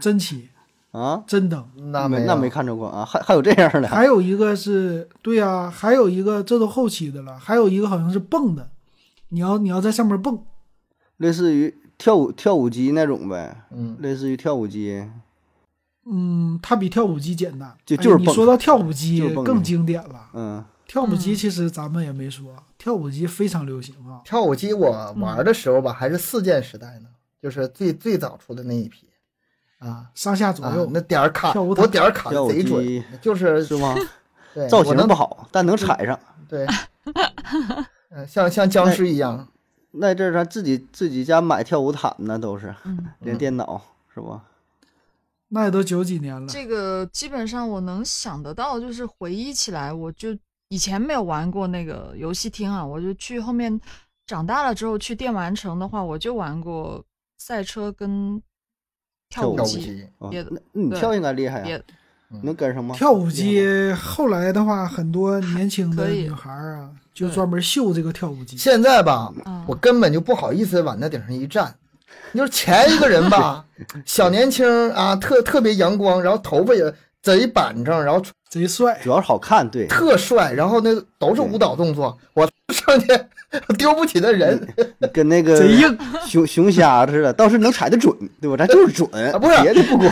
真骑
啊！
真蹬，
嗯那
没
有
那没看着过啊，还还有这样的，
还有一个是对呀、还有一个这都后期的了，还有一个好像是蹦的，你要你要在上面蹦，
类似于跳舞跳舞机那种呗，
嗯，
类似于跳舞机，
嗯，它比跳舞机简单。
就
哎
就是
你
蹦
说到跳舞机
就是蹦
更经典了，
嗯，
跳舞机其实咱们也没说，跳舞机非常流行啊。
跳舞机我玩的时候吧，还是四键时代呢，就是最最早出的那一批啊。
上下左
啊
右，，
那点儿卡，
哎跳舞
我点儿卡
跳舞
贼准
机，
就是
是吗？
对
造
我
型
能
不好，但能踩上。
对，嗯，像像僵尸一样，
那阵儿咱自己自己家买跳舞毯呢，都是
嗯
连电脑是吧？
那也都九几年了。
这个基本上我能想得到，就是回忆起来，我就以前没有玩过那个游戏厅啊，我就去后面长大了之后去电玩城的话，我就玩过赛车跟跳
跳舞
舞
跳
机，
机，
哦
也
那你
对
跳应该厉害呀、
也
能跟上吗？
跳
厉
舞
害吗，
机后来的话，很多年轻的
可以
女孩儿啊，就专门秀这个跳舞机。
现在吧，
啊
我根本就不好意思往那顶上一站。你就是前一个人 吧，小年轻儿啊，特特别阳光，然后头发也贼板正，然后
贼帅
主，要是好 看，对，
特帅，然后那都是舞蹈动作，我上去 丢不起那人
跟那个
贼硬，
熊熊瞎子似的，倒是能踩的准，对吧？咱就是准
啊不是
别的不管。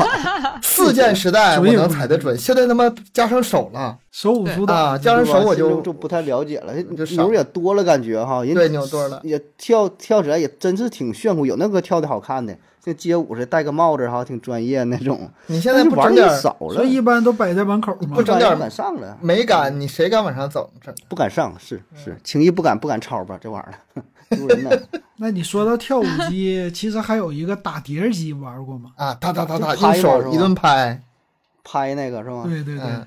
四四键时代我能踩得准，现在他妈加上手了
手舞足蹈，
啊，加上
是吧
手我
就
就
就不太了解了，
就少
牛也多了，感觉哈，人
对牛多了
也跳跳起来也真是挺炫酷，有那个跳的好看的，这街舞似的戴个帽子哈，挺专业那种。
你现
但
在
是
不
玩
整
的
点
也少了，
所以一般都摆在门口嘛
不。整点
不敢上了，
美感，你谁敢往上走？这
不敢上，是
嗯
是，轻易不敢不敢抄吧，这玩意儿 丢 人呢。
那你说到跳舞机， 其实还有一个打碟儿机，玩过吗？
啊，哒哒哒哒，
就拍
一
嘛是
手
吧
一顿拍，
拍那个是吗
对对对
嗯，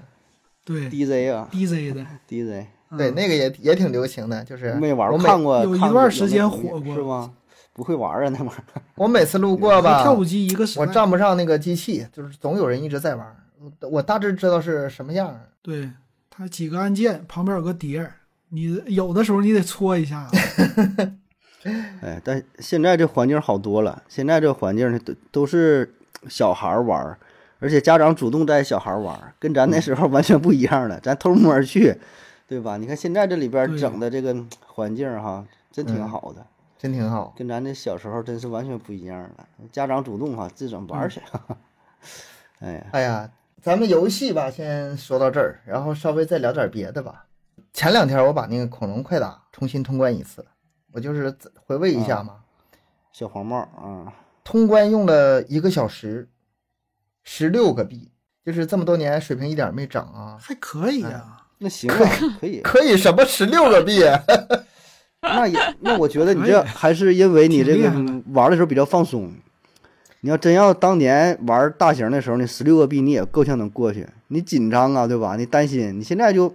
对
？DJ 啊
，DJ 的，
，DJ
嗯
对，那个也也挺流行的，就是
没玩
我
过，
每
看过，
有一
看
段
过
时间
那
火
个
过
是吗？不会玩啊，那玩意儿。
我每次路过
和
吧，
跳舞机一个时
我
代。
站不上那个机器，就是总有人一直在玩儿，我我大致知道是什么样儿。
对，它几个按键旁边有个碟儿，你有的时候你得搓一 下子。
哎，但现在这环境好多了，现在这环境呢都都是小孩儿玩儿，而且家长主动带小孩儿玩儿，跟咱
嗯
那时候完全不一样了，咱偷摸儿去，对吧？你看现在这里边儿
对嗯
整的这个嗯环境儿哈，真挺好的，
真挺好。
跟咱这小时候真是完全不一样了。家长主动哈，自整玩儿去。 哎呀，
哎呀，咱们游戏吧，先说到这儿，然后稍微再聊点别的吧。前两天我把那个《恐龙快打》重新通关一次，我就是回味一下嘛。
小黄帽啊，
通关用了一个小时，十六个币，就是这么多年水平一点没涨啊。
还可以啊，
那行啊，可以。
可以什么十六个币？啊
那也那我觉得你
可以
这还是因为你这
挺厉
个
害的
玩的时候比较放松。你要真要当年玩大型的时候，你十六个币你也够呛能过去。你紧张啊，对吧？你担心，你现在就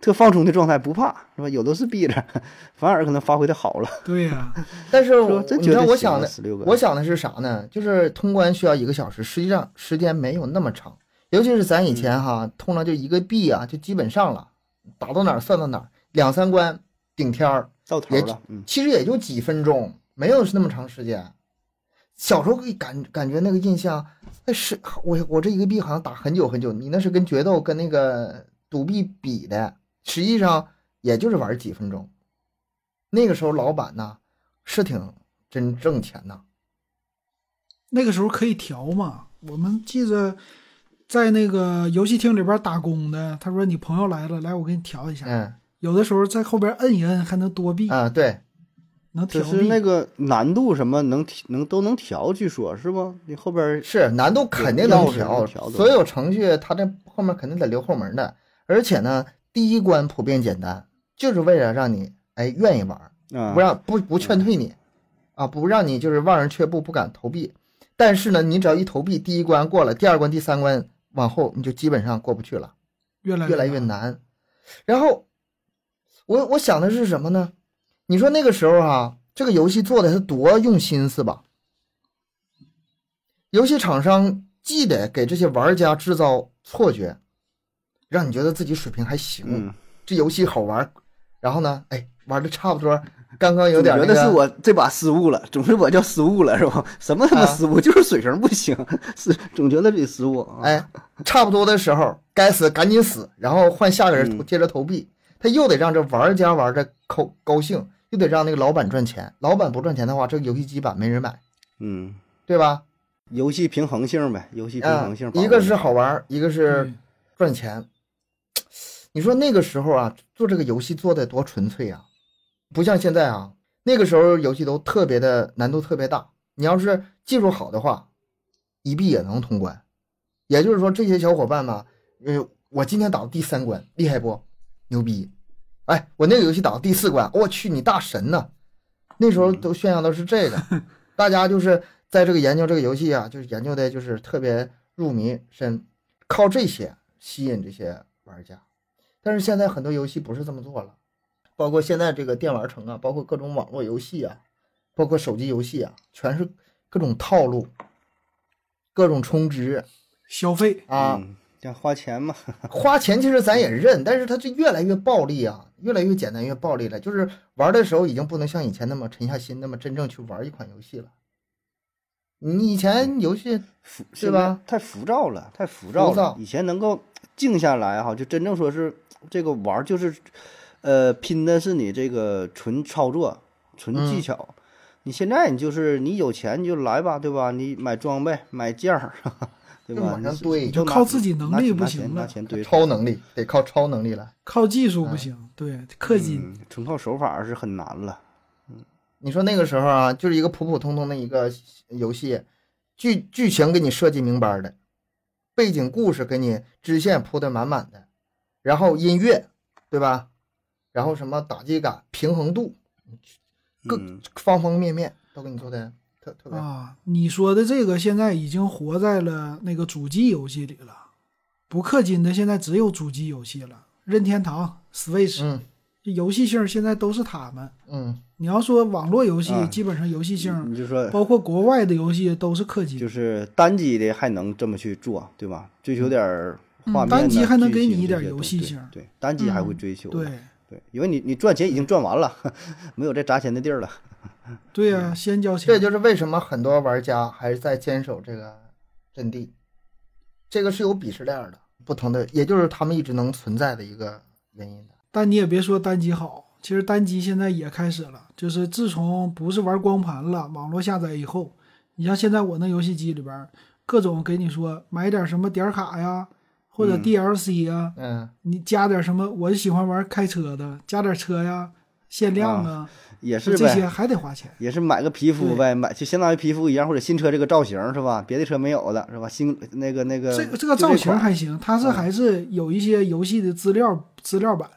特放松的状态，不怕是吧？有的是币了，反而可能发挥的好了，
对呀、
但是
是
我
吧？真
你
觉
看，
得啊
我想的
十六个，
我想的是啥呢？就是通关需要一个小时，实际上时间没有那么长，尤其是咱以前哈，通常就一个币啊，就基本上了，打到哪儿算到哪儿，两三关顶天儿，
到头
也
了，嗯，
其实也就几分钟，没有那么长时间。小时候感感觉那个印象，那是我我这一个币好像打很久很久，你那是跟决斗跟那个赌币比的，实际上也就是玩几分钟。那个时候老板呐是挺真挣钱呐，
那个时候可以调嘛。我们记着在那个游戏厅里边打工的，他说你朋友来了，来我给你调一下。
嗯。
有的时候在后边摁一摁还能多币，
啊，对，
能调
只
币。
是那个难度什么能提能都能调，据说是不？你后边儿
是难度肯定
钥
能
匙
调
能调，的
所有程序它这后面肯定得留后门的，而且呢，第一关普遍简单，就是为了让你哎愿意玩儿，
啊
不，让不不劝退你，啊，不让你就是望人却步，不敢投币。但是呢，你只要一投币，第一关过了，第二关、第三关往后你就基本上过不去了。
越来
越来越
难。
难。然后我我想的是什么呢？你说那个时候哈、这个游戏做的是多用心思吧？游戏厂商既得给这些玩家制造错觉，让你觉得自己水平还行，
嗯，
这游戏好玩。然后呢，哎，玩的差不多，刚刚有点、那
总
个、
觉得是我这把失误了，总是我叫失误了是吧？什么他妈
啊
失误，就是水平不行，是总觉得自己失误啊。
哎，差不多的时候该死赶紧死，然后换下个人投
嗯
接着投币，他又得让这玩家玩的高高兴，又得让那个老板赚钱，老板不赚钱的话，这个游戏机版没人买，
嗯，
对吧？
游戏平衡性呗，游戏平
啊
衡性、，
一个是好，玩，一个是
对
赚钱。你说那个时候啊，做这个游戏做的多纯粹啊，不像现在啊，那个时候游戏都特别的难度特别大，你要是技术好的话，一币也能通关。也就是说，这些小伙伴吧，呃，我今天打到第三关，厉害不？牛逼！哎，我那个游戏打到第四关，我去，你大神呐！那时候都宣扬的是这个，大家就是在这个研究这个游戏啊，就是研究的就是特别入迷深，靠这些吸引这些玩家。但是现在很多游戏不是这么做了，包括现在这个电玩城啊，包括各种网络游戏啊，包括手机游戏啊，全是各种套路，各种充值
消费，
啊，
嗯，要花钱嘛，
花钱其实咱也认，但是它就越来越暴力啊，越来越简单，越暴力了。就是玩的时候已经不能像以前那么沉下心，那么真正去玩一款游戏了。你以前游戏
浮
是吧？
太浮躁了，太浮躁了。
浮躁
以前能够静下来哈，就真正说是这个玩
嗯
儿就是，呃，拼的是你这个纯操作、纯技巧。你现在你就是你有钱你就来吧，对吧？你买装备、买件儿， 对
就
吧？
往上
你是
堆
你
就
拿
靠自己能
拿
力
钱
不
拿
行
钱拿
了
钱堆出来嗯
超能力得靠超能力来。
靠技术不
嗯
行，对，氪金。
嗯，纯靠手法是很难了。
你说那个时候啊，就是一个普普通通的一个游戏，剧剧情给你设计明白的，背景故事给你支线铺的满满的，然后音乐，对吧？然后什么打击感、平衡度，各
嗯
方方面面都给你做的特特别好。
啊，你说的这个现在已经活在了那个主机游戏里了，不氪金的现在只有主机游戏了，任天堂、Switch、
嗯
这游戏性现在都是他们。
嗯，
你要说网络游戏，
啊
基本上游戏性、
你就说
包括国外的游戏都是氪金，
就是单机的还能这么去做，对吧？追求点儿画面、
嗯
单机还能给你
一
一点游戏性
对，对单机还会
嗯
追求的，
对
对，因为你你赚钱已经赚完了， 没有再砸钱的地儿了。
对呀、
嗯
先交钱。
这就是为什么很多玩家还是在坚守这个阵地，这个是有鄙视链的，不同的，也就是他们一直能存在的一个原因的。
但你也别说单机好，其实单机现在也开始了，就是自从不是玩光盘了，网络下载以后，你像现在我那游戏机里边儿，各种给你说买点什么点儿卡呀，或者
嗯
DLC 呀，
嗯，
你加点什么，我就喜欢玩开车的，加点车呀，限量啊，
也是
这些
呗，
还得花钱。
也是买个皮肤呗，买就相当于皮肤一样，或者新车这个造型是吧？别的车没有的是吧？新那个那个
这个这个
就
造型
款
还行，它是
嗯
还是有一些游戏的资料资料版，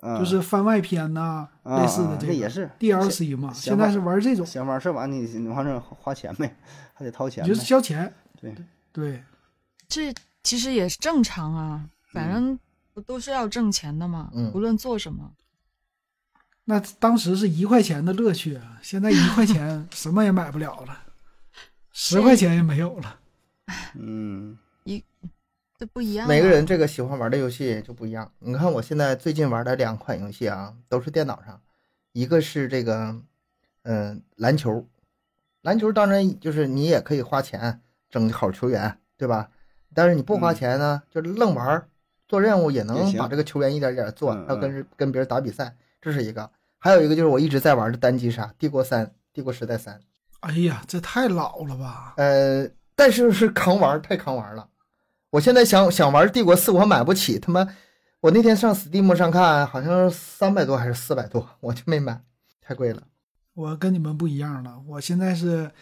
嗯
就是番外篇呐、
啊
类似的
啊
这
那
个
也是
DLC 嘛。
想
现
法
在是玩这种，
想法这玩意儿你你往上花钱呗，还得掏钱
你
呗
就是。交钱。
对
对，
这其实也是正常啊，反正不都是要挣钱的嘛，
嗯
无论做什么。
那当时是一块钱的乐趣啊，现在一 块钱什么也买不了了，十块钱也没有了。
嗯，
这不一样啊、
每个人这个喜欢玩的游戏就不一样。你看我现在最近玩的两款游戏啊，都是电脑上，一个是这个，嗯、篮球，篮球当然就是你也可以花钱整好球员，对吧？但是你不花钱呢，就是愣玩儿，做任务也
嗯也
能
行
把这个球员一点点做
嗯，
要跟跟别人打比赛，这是一个。还有一个就是我一直在玩的单机杀《帝国三》《帝国时代三》，
哎呀，这太老了吧！
呃，但是是扛玩儿，太扛玩儿了。我现在想想玩《帝国四》，我还买不起，他妈！我那天上 Steam 上看，好像三百多还是四百多，我就没买，太贵了。
我跟你们不一样了，我现在是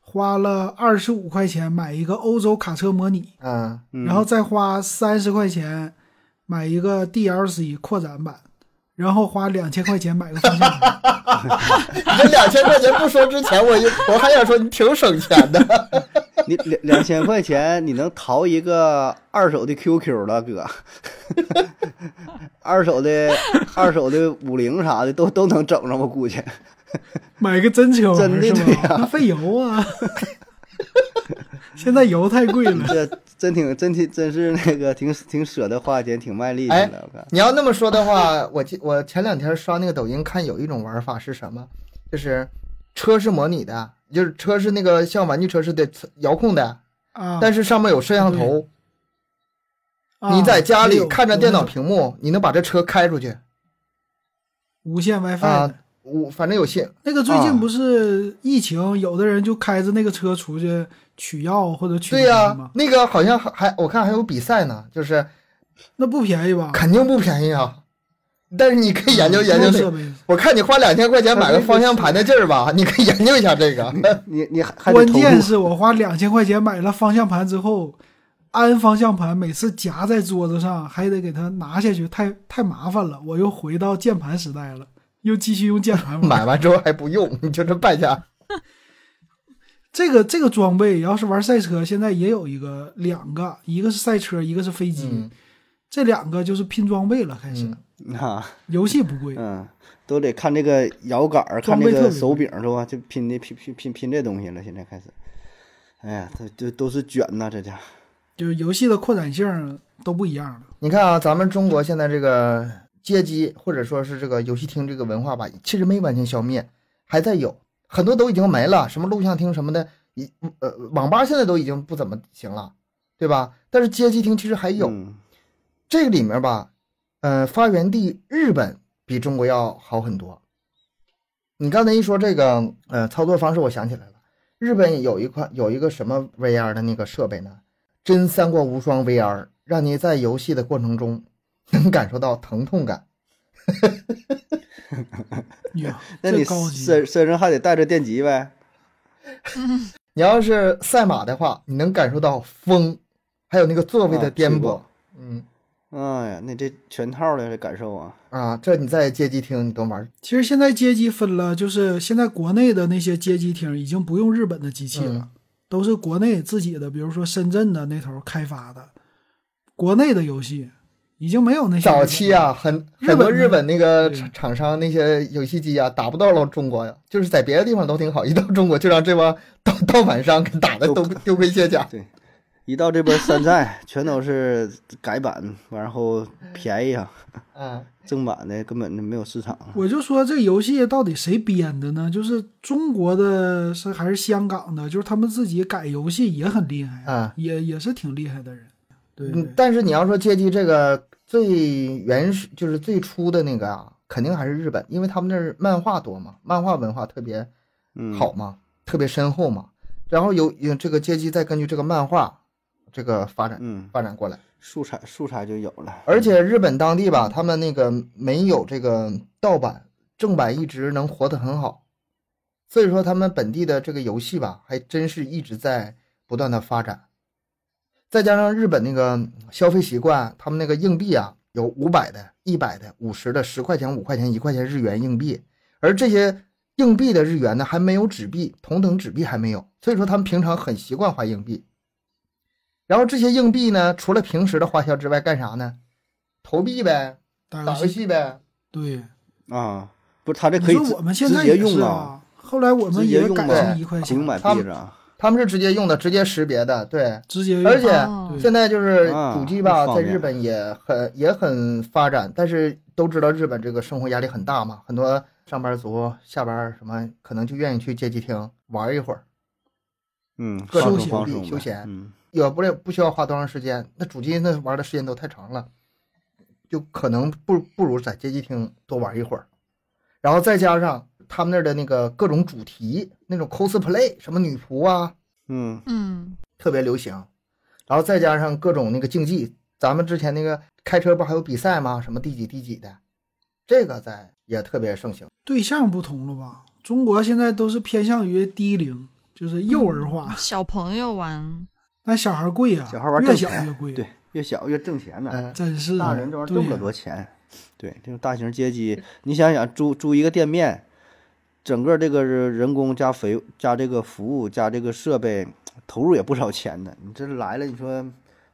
花了二十五块钱买一个欧洲卡车模拟，
嗯
嗯
然后再花三十块钱买一个 DLC 扩展版，然后花两千块钱买个方向盘。
你这两千块钱不说之前，我就 我还想说你挺省钱的。
你两两千块钱，你能淘一个二手的 QQ 了，哥，二手的二手的五菱啥的都都能整上，我估计。
买个真球
真的
是吧
对呀？
那费油啊！ 现在油太贵
你
了，
这真挺真挺真是那个挺挺舍得花钱，挺卖力气
哎
的，我看。
你要那么说的话，我记我前两天刷那个抖音看有一种玩法是什么，就是车是模拟的，就是车是那个像玩具车似的遥控的，
啊！
但是上面有摄像头。
啊
你在家
有
里看着
有
电
那
脑
种
屏幕，你能把这车开出去
无线 WiFi
啊
的。
我反正有信，
那个最
啊
近不是疫情，有的人就开着那个车出去取药或者取
对呀、
东西吗？
那个好像还还我看还有比赛呢，就是
那不便宜吧？
肯定不便宜啊。但是你可以研究研究
那
这
设
个，
备
我看你花两千块钱买个方向盘的劲儿吧，你 可以研究一下这个。
你你还还得
关
投
键
入，
是我花两千块钱买了方向盘之后，安方向盘每次夹在桌子上，还得给它拿下去，太太麻烦了。我又回到键盘时代了，又继续用键盘玩。
买完之后还不用， 你就这败家。
这个这个装备，要是玩赛车，现在也有一个两个，一个是赛车，一个是飞机，
嗯
这两个就是拼装备了。开始、
嗯
啊，
游戏不贵，
嗯，都得看这个摇杆儿，看
装备
这
特
个
别
手柄是吧？就拼的拼拼拼拼这东西了，现在开始。哎呀，这这都是卷呐、这
哎
家。
就是游戏的扩展性都不一样了。
你看啊，咱们中国现在这个街机或者说是这个游戏厅这个文化吧，其实没完全消灭，还在有很多都已经没了，什么录像厅什么的，一呃网吧现在都已经不怎么行了，对吧？但是街机厅其实还有，
嗯
这个里面吧，呃，发源地日本比中国要好很多。你刚才一说这个呃操作方式，我想起来了，日本有一款有一个什么 VR 的那个设备呢？真三国无双 VR，让你在游戏的过程中能感受到疼痛感。
呀，
那你
这高级啊
身身上还得带着电极呗？
你要是赛马的话，你能感受到风，还有那个座位
啊
的颠
去
簸
过。
嗯
哎呀，那这全套的感受啊，
啊，这你在街机厅你都玩
其实现在街机分了，就是现在国内的那些街机厅已经不用日本的机器了，
嗯
都是国内自己的，比如说深圳的那头开发的，国内的游戏已经没有那些
早期啊，很很多
嗯日
日本
本
那个
对
厂厂商那些游戏机啊，打不到了中国呀，就是在别的地方都挺好，一到中国就让这帮盗盗版商给打的
都
都丢盔卸 甲。
一到这边山寨，全都是改版，然后便宜啊，
嗯
啊，
正版的根本就没有市场。啊
我就说这游戏到底谁编的呢？就是中国的是还是香港的？就是他们自己改游戏也很厉害
啊
也也是挺厉害的人。对
嗯
对，
但是你要说街机这个最原始，就是最初的那个啊，肯定还是日本，因为他们那儿漫画多嘛，漫画文化特别
嗯，
好，嘛，特别深厚嘛。然后有有这个街机再根据这个漫画这个发展
嗯，
发展过来，
素材素材就有了，
而且日本当地吧，他们那个没有这个盗版，正版一直能活得很好，所以说他们本地的这个游戏吧，还真是一直在不断的发展。再加上日本那个消费习惯，他们那个硬币啊，有五百的、一百的、五十的、十块钱、五块钱、一块钱日元硬币，而这些硬币的日元呢，还没有纸币，同等纸币还没有，所以说他们平常很习惯花硬币。然后这些硬币呢，除了平时的花销之外，干啥呢？投币呗，
打
打
游
游
戏
戏呗。
对，
啊，不是他这
你
可以
说
直
我们现
直
在
接
也是
用啊，
啊，后来我们
直接
也
用啊
改
呗
成一块
不用
钱，
买
他
币
们
子啊，
他们是直接用的，直接识别的，对。
直接用
而且
哦
对
现在就是主机吧，
啊
在日本也很也很发展，但是都知道日本这个生活压力很大嘛，很多上班族下班什么可能就愿意去街机厅玩一会儿，
嗯，
各
放
种
松
休
放
息
松呗
休闲
嗯，
也不是不需要花多长时间，那主机那玩的时间都太长了，就可能不不如在街机厅多玩一会儿，然后再加上他们那儿的那个各种主题，那种 cosplay 什么女仆啊，
嗯，
嗯，
特别流行，然后再加上各种那个竞技，咱们之前那个开车不还有比赛吗？什么第几第几的，这个在也特别盛行。
对象不同了吧？中国现在都是偏向于低龄，就是幼儿化，
小朋友玩，
那、小孩贵呀、
嗯小孩玩
越
挣
小
钱
越贵，
对，越小越挣钱呢。
嗯，
真是啊
大人这玩意儿
对
挣不了多钱。对，这种大型街机，你想想租租一个店面，整个这个人工加肥加这个服务加这个设备，投入也不少钱呢。你这来了，你说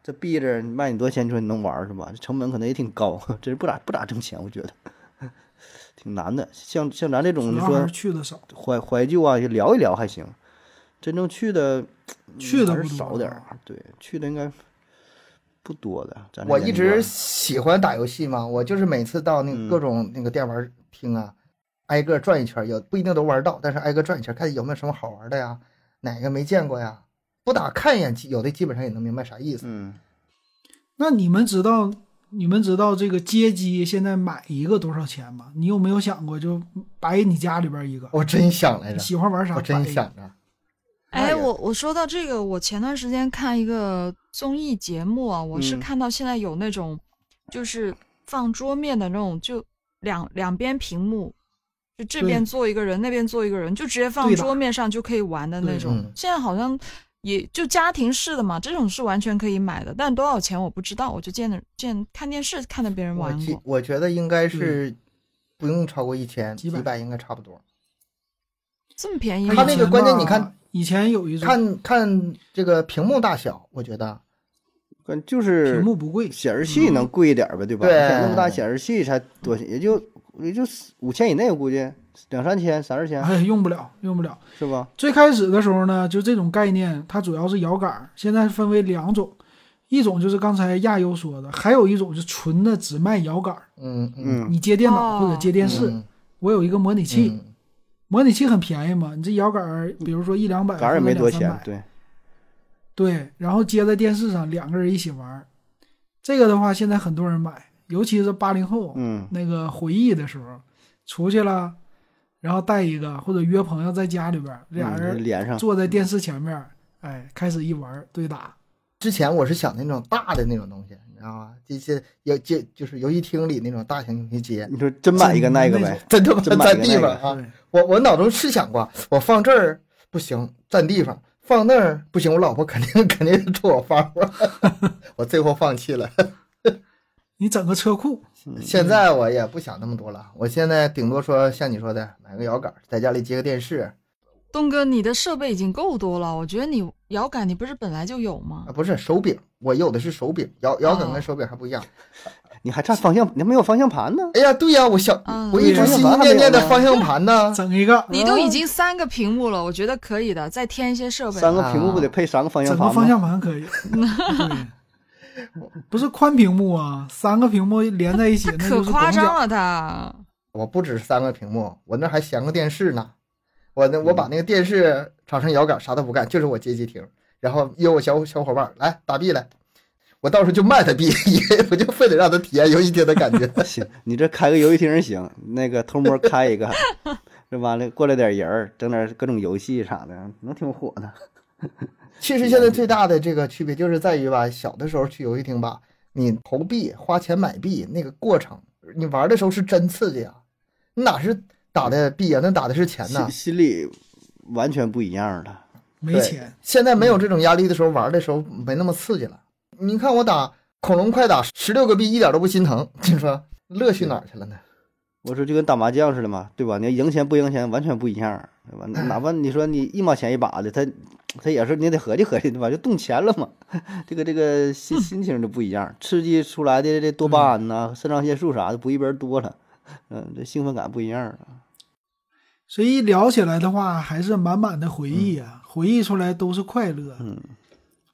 这闭着卖你多少钱，你说你能玩儿是吧？这成本可能也挺高， 真是不咋不咋挣钱，我觉得挺难的。像像咱这种，
主
你
要还
说
是去的少，
怀怀旧啊，聊一聊还行。真正去的，
去的
还
不
是
多啊
少点儿，对，去的应该不多的。咱这
我
年
一
龄段
直喜欢打游戏嘛，我就是每次到那
嗯
个各种那个电玩厅啊，挨个转一圈，也不一定都玩到，但是挨个转一圈，看有没有什么好玩的呀，哪个没见过呀，不打看一眼，有的基本上也能明白啥意思。
嗯，
那你们知道你们知道这个街机现在买一个多少钱吗？你有没有想过就摆你家里边一个？
我真想来
你
着，
喜欢玩啥？
我真
摆一个。
想着。那
哎，
也
我我说到这个，我前段时间看一个综艺节目啊，我是
嗯
看到现在有那种就是放桌面的那种，就两两边屏幕，就这
对
边坐一个人，那边坐一个人，就直接放
对的
桌面上就可以玩的那
对
种
嗯。
现在好像也就家庭式的嘛，这种是完全可以买的，但多少钱我不知道，我就见着见看电视看到别人
我
玩
记
过。
我觉得应
嗯
该是不用超过一千，
几
几
百
百应该差不多。
这么便宜
他
吗？
那个关键你看，
以前有一种
看看这个屏幕大小，我觉得
但就是
屏幕嗯不贵，
显示器能贵一点儿呗，对吧？
对
像那么大显示器才多，也就也就五千以内，我估计两三千、三四千
哎，嗯用不了，用不了。
是吧？
最开始的时候呢，就这种概念，它主要是摇杆儿，现在分为两种，一种就是刚才亚优说的，还有一种是纯的只卖摇杆儿，
嗯嗯，
嗯，
你接电脑
哦
或者接电
嗯
视。我有一个模拟器，
嗯
模拟器很便宜嘛，你这摇杆儿，比如说一两百，
杆儿也没多
或者
钱
两三百，
对，
对，然后接在电视上，两个人一起玩儿。这个的话，现在很多人买，尤其是八零后、
嗯
那个回忆的时候，出去了，然后带一个，或者约朋友在家里边儿，俩
嗯
人
连上，
坐在电视前面儿，哎，开始一玩儿对打，
之前我是想那种大的那种东西，你知道吗？这些游就就是游戏厅里那种大型游戏机，
你说真买一个那个呗，
真他妈
真买一
占
个
地
那
方
个
啊！
对，
我我脑中是想过，我放这儿不行，占地方；放那儿不行，我老婆肯定 肯定冲我发火。 我最后放弃了。
你整个车库，
嗯
现在我也不想那么多了，我现在顶多说像你说的，买个摇杆，在家里接个电视
东哥，你的设备已经够多了，我觉得你摇杆你不是本来就有吗
啊，？不是手柄，我有的是手柄，摇摇杆
哦
跟手柄还不一样。
你还差方向，你还没有方向盘呢。
哎呀，对呀，我想
嗯
我一直心心念念的方向盘 呢，
整一个，
你都已经三个屏幕了，我觉得可以的，再添一些设备。
三个屏幕不得配三个方向
整个
盘
啊方
吗？
向盘可以，对，不是宽屏幕啊，三个屏幕连在一起，那
可
就是
夸
广
张
角。
了他，
我不止三个屏幕，我那还闲个电视呢。我那我把那个电视插上摇杆，啥都不干，就是我接机厅，然后约我小小伙伴儿来打币来，我到时候就卖他币， 我就非得让他体验游戏厅的感觉。
行，你这开个游戏厅行，那个偷摸开一个，这完了过来点人儿，整点各种游戏啥的，能挺火的。
其实现在最大的这个区别就是在于吧，小的时候去游戏厅吧，你投币花钱买币那个过程，你玩的时候是真刺激啊，你哪是打的币啊，那打的是钱呐
心。心里完全不一样了。
没
对
钱，
现在没
嗯
有这种压力的时候，玩的时候没那么刺激了。你看我打恐龙快打十六个币，一点都不心疼，你说乐趣哪儿去了呢？
我说就跟打麻将似的嘛，对吧？你要赢钱不赢钱完全不一样，对吧？哪怕你说你一毛钱一把的，他他也是你得合计合计，对吧？就动钱了嘛， 这个这个心心情就不一样，刺激出来的这多巴胺呐、
嗯
肾上腺素啥的不一边多了，嗯，这兴奋感不一样了。
所以一聊起来的话，还是满满的回忆啊，回忆出来都是快乐。
嗯，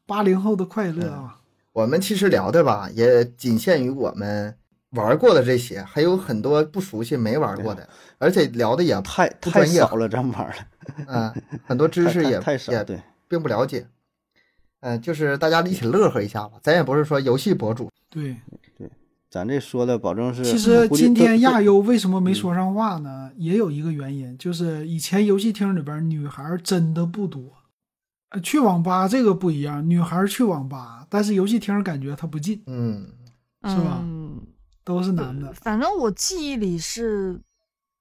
八零后的快乐啊，
我们其实聊的吧，也仅限于我们玩过的这些，还有很多不熟悉没玩
啊
过的，而且聊的也啊、
太
不
太
专业
少了，咱们玩儿了，
很多知识
太
也
太太少
也，
对，
并不了解。嗯、就是大家一起乐呵一下吧，咱也不是说游戏博主，
对。
咱这说的保证是。
其实
估计
今天
都嗯
亚优为什么没说上话呢？也有一个原因，就是以前游戏厅里边女孩真的不多，呃去网吧这个不一样，女孩去网吧，但是游戏厅感觉她不进，
嗯，
是吧
嗯，
都是男的。
反正我记忆里是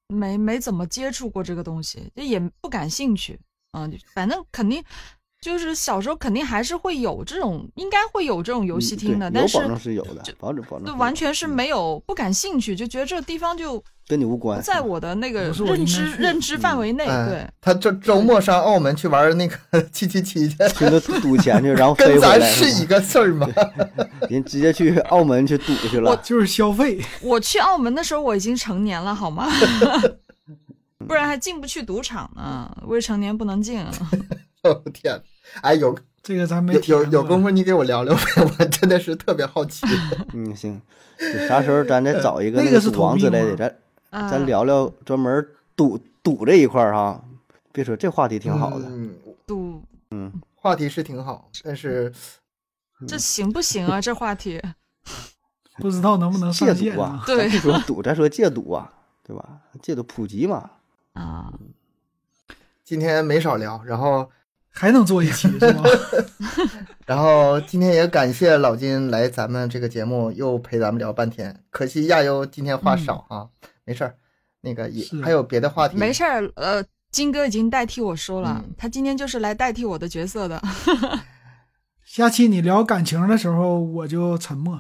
没没怎么接触过这个东西，就也不感兴趣啊、嗯反正肯定就是小时候肯定还是会有这种，应该会有这种游戏
嗯
厅
对
的，
有
但是
保证是有的，保证保证
就
有
完全是
嗯
没有不感兴趣，就觉得这地方就
跟你无关
不，在我的那个
不是我
认
应该
知
去
认知范围内，
哎
嗯
对。
他这周末上澳门去玩那个 七七七去，
听着赌钱去，然后
跟
飞回来
咱是一个事儿吗？
人直接去澳门去赌去了。
就是消费，
我去澳门的时候我已经成年了，好 吗？不然还进不去赌场呢，未成年不能 进。
我哦天，哎，有
这个咱没
有
体验
有有
过
功夫你给我聊聊呗， 我真的是特别好奇。
嗯，行，就啥时候咱再找一个
呃那
那
个
个
是
赌王
同
之
命
类的，
吗
咱
啊、
咱聊聊专门赌赌这一块儿哈。别说这话题 挺好的，
嗯，
赌，
话题是挺好，但是
嗯
这行不行 啊？这话题，
不知道能不能
戒
上线
赌啊，
对
咱不说赌，咱说戒赌啊，对吧？戒赌普及嘛，
啊，
嗯
今天没少聊，然后
还能做一期是吗？
然后今天也感谢老金来咱们这个节目，又陪咱们聊半天。可惜亚优今天话少啊，没事儿，那个也
嗯是
还有别的话题，
没事儿，呃，金哥已经代替我说了，
嗯
他今天就是来代替我的角色的。
下期你聊感情的时候，我就沉默。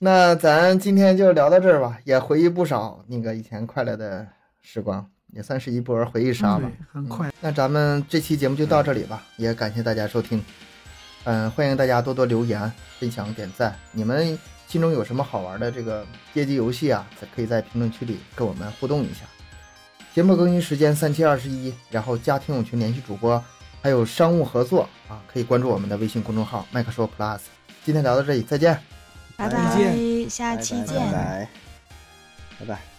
那咱今天就聊到这儿吧，也回忆不少那个以前快乐的时光，也算是一波回忆杀吧嗯
对。，很快。
那咱们这期节目就到这里吧，也感谢大家收听。嗯，欢迎大家多多留言、分享、点赞。你们心中有什么好玩的这个街机游戏啊，可以在评论区里跟我们互动一下。节目更新时间三七二十一，然后加听友群联系主播，还有商务合作啊，可以关注我们的微信公众号麦克说 Plus。今天聊到这里，再见。
拜
再
拜，
见
下期
拜
见。
拜，拜拜。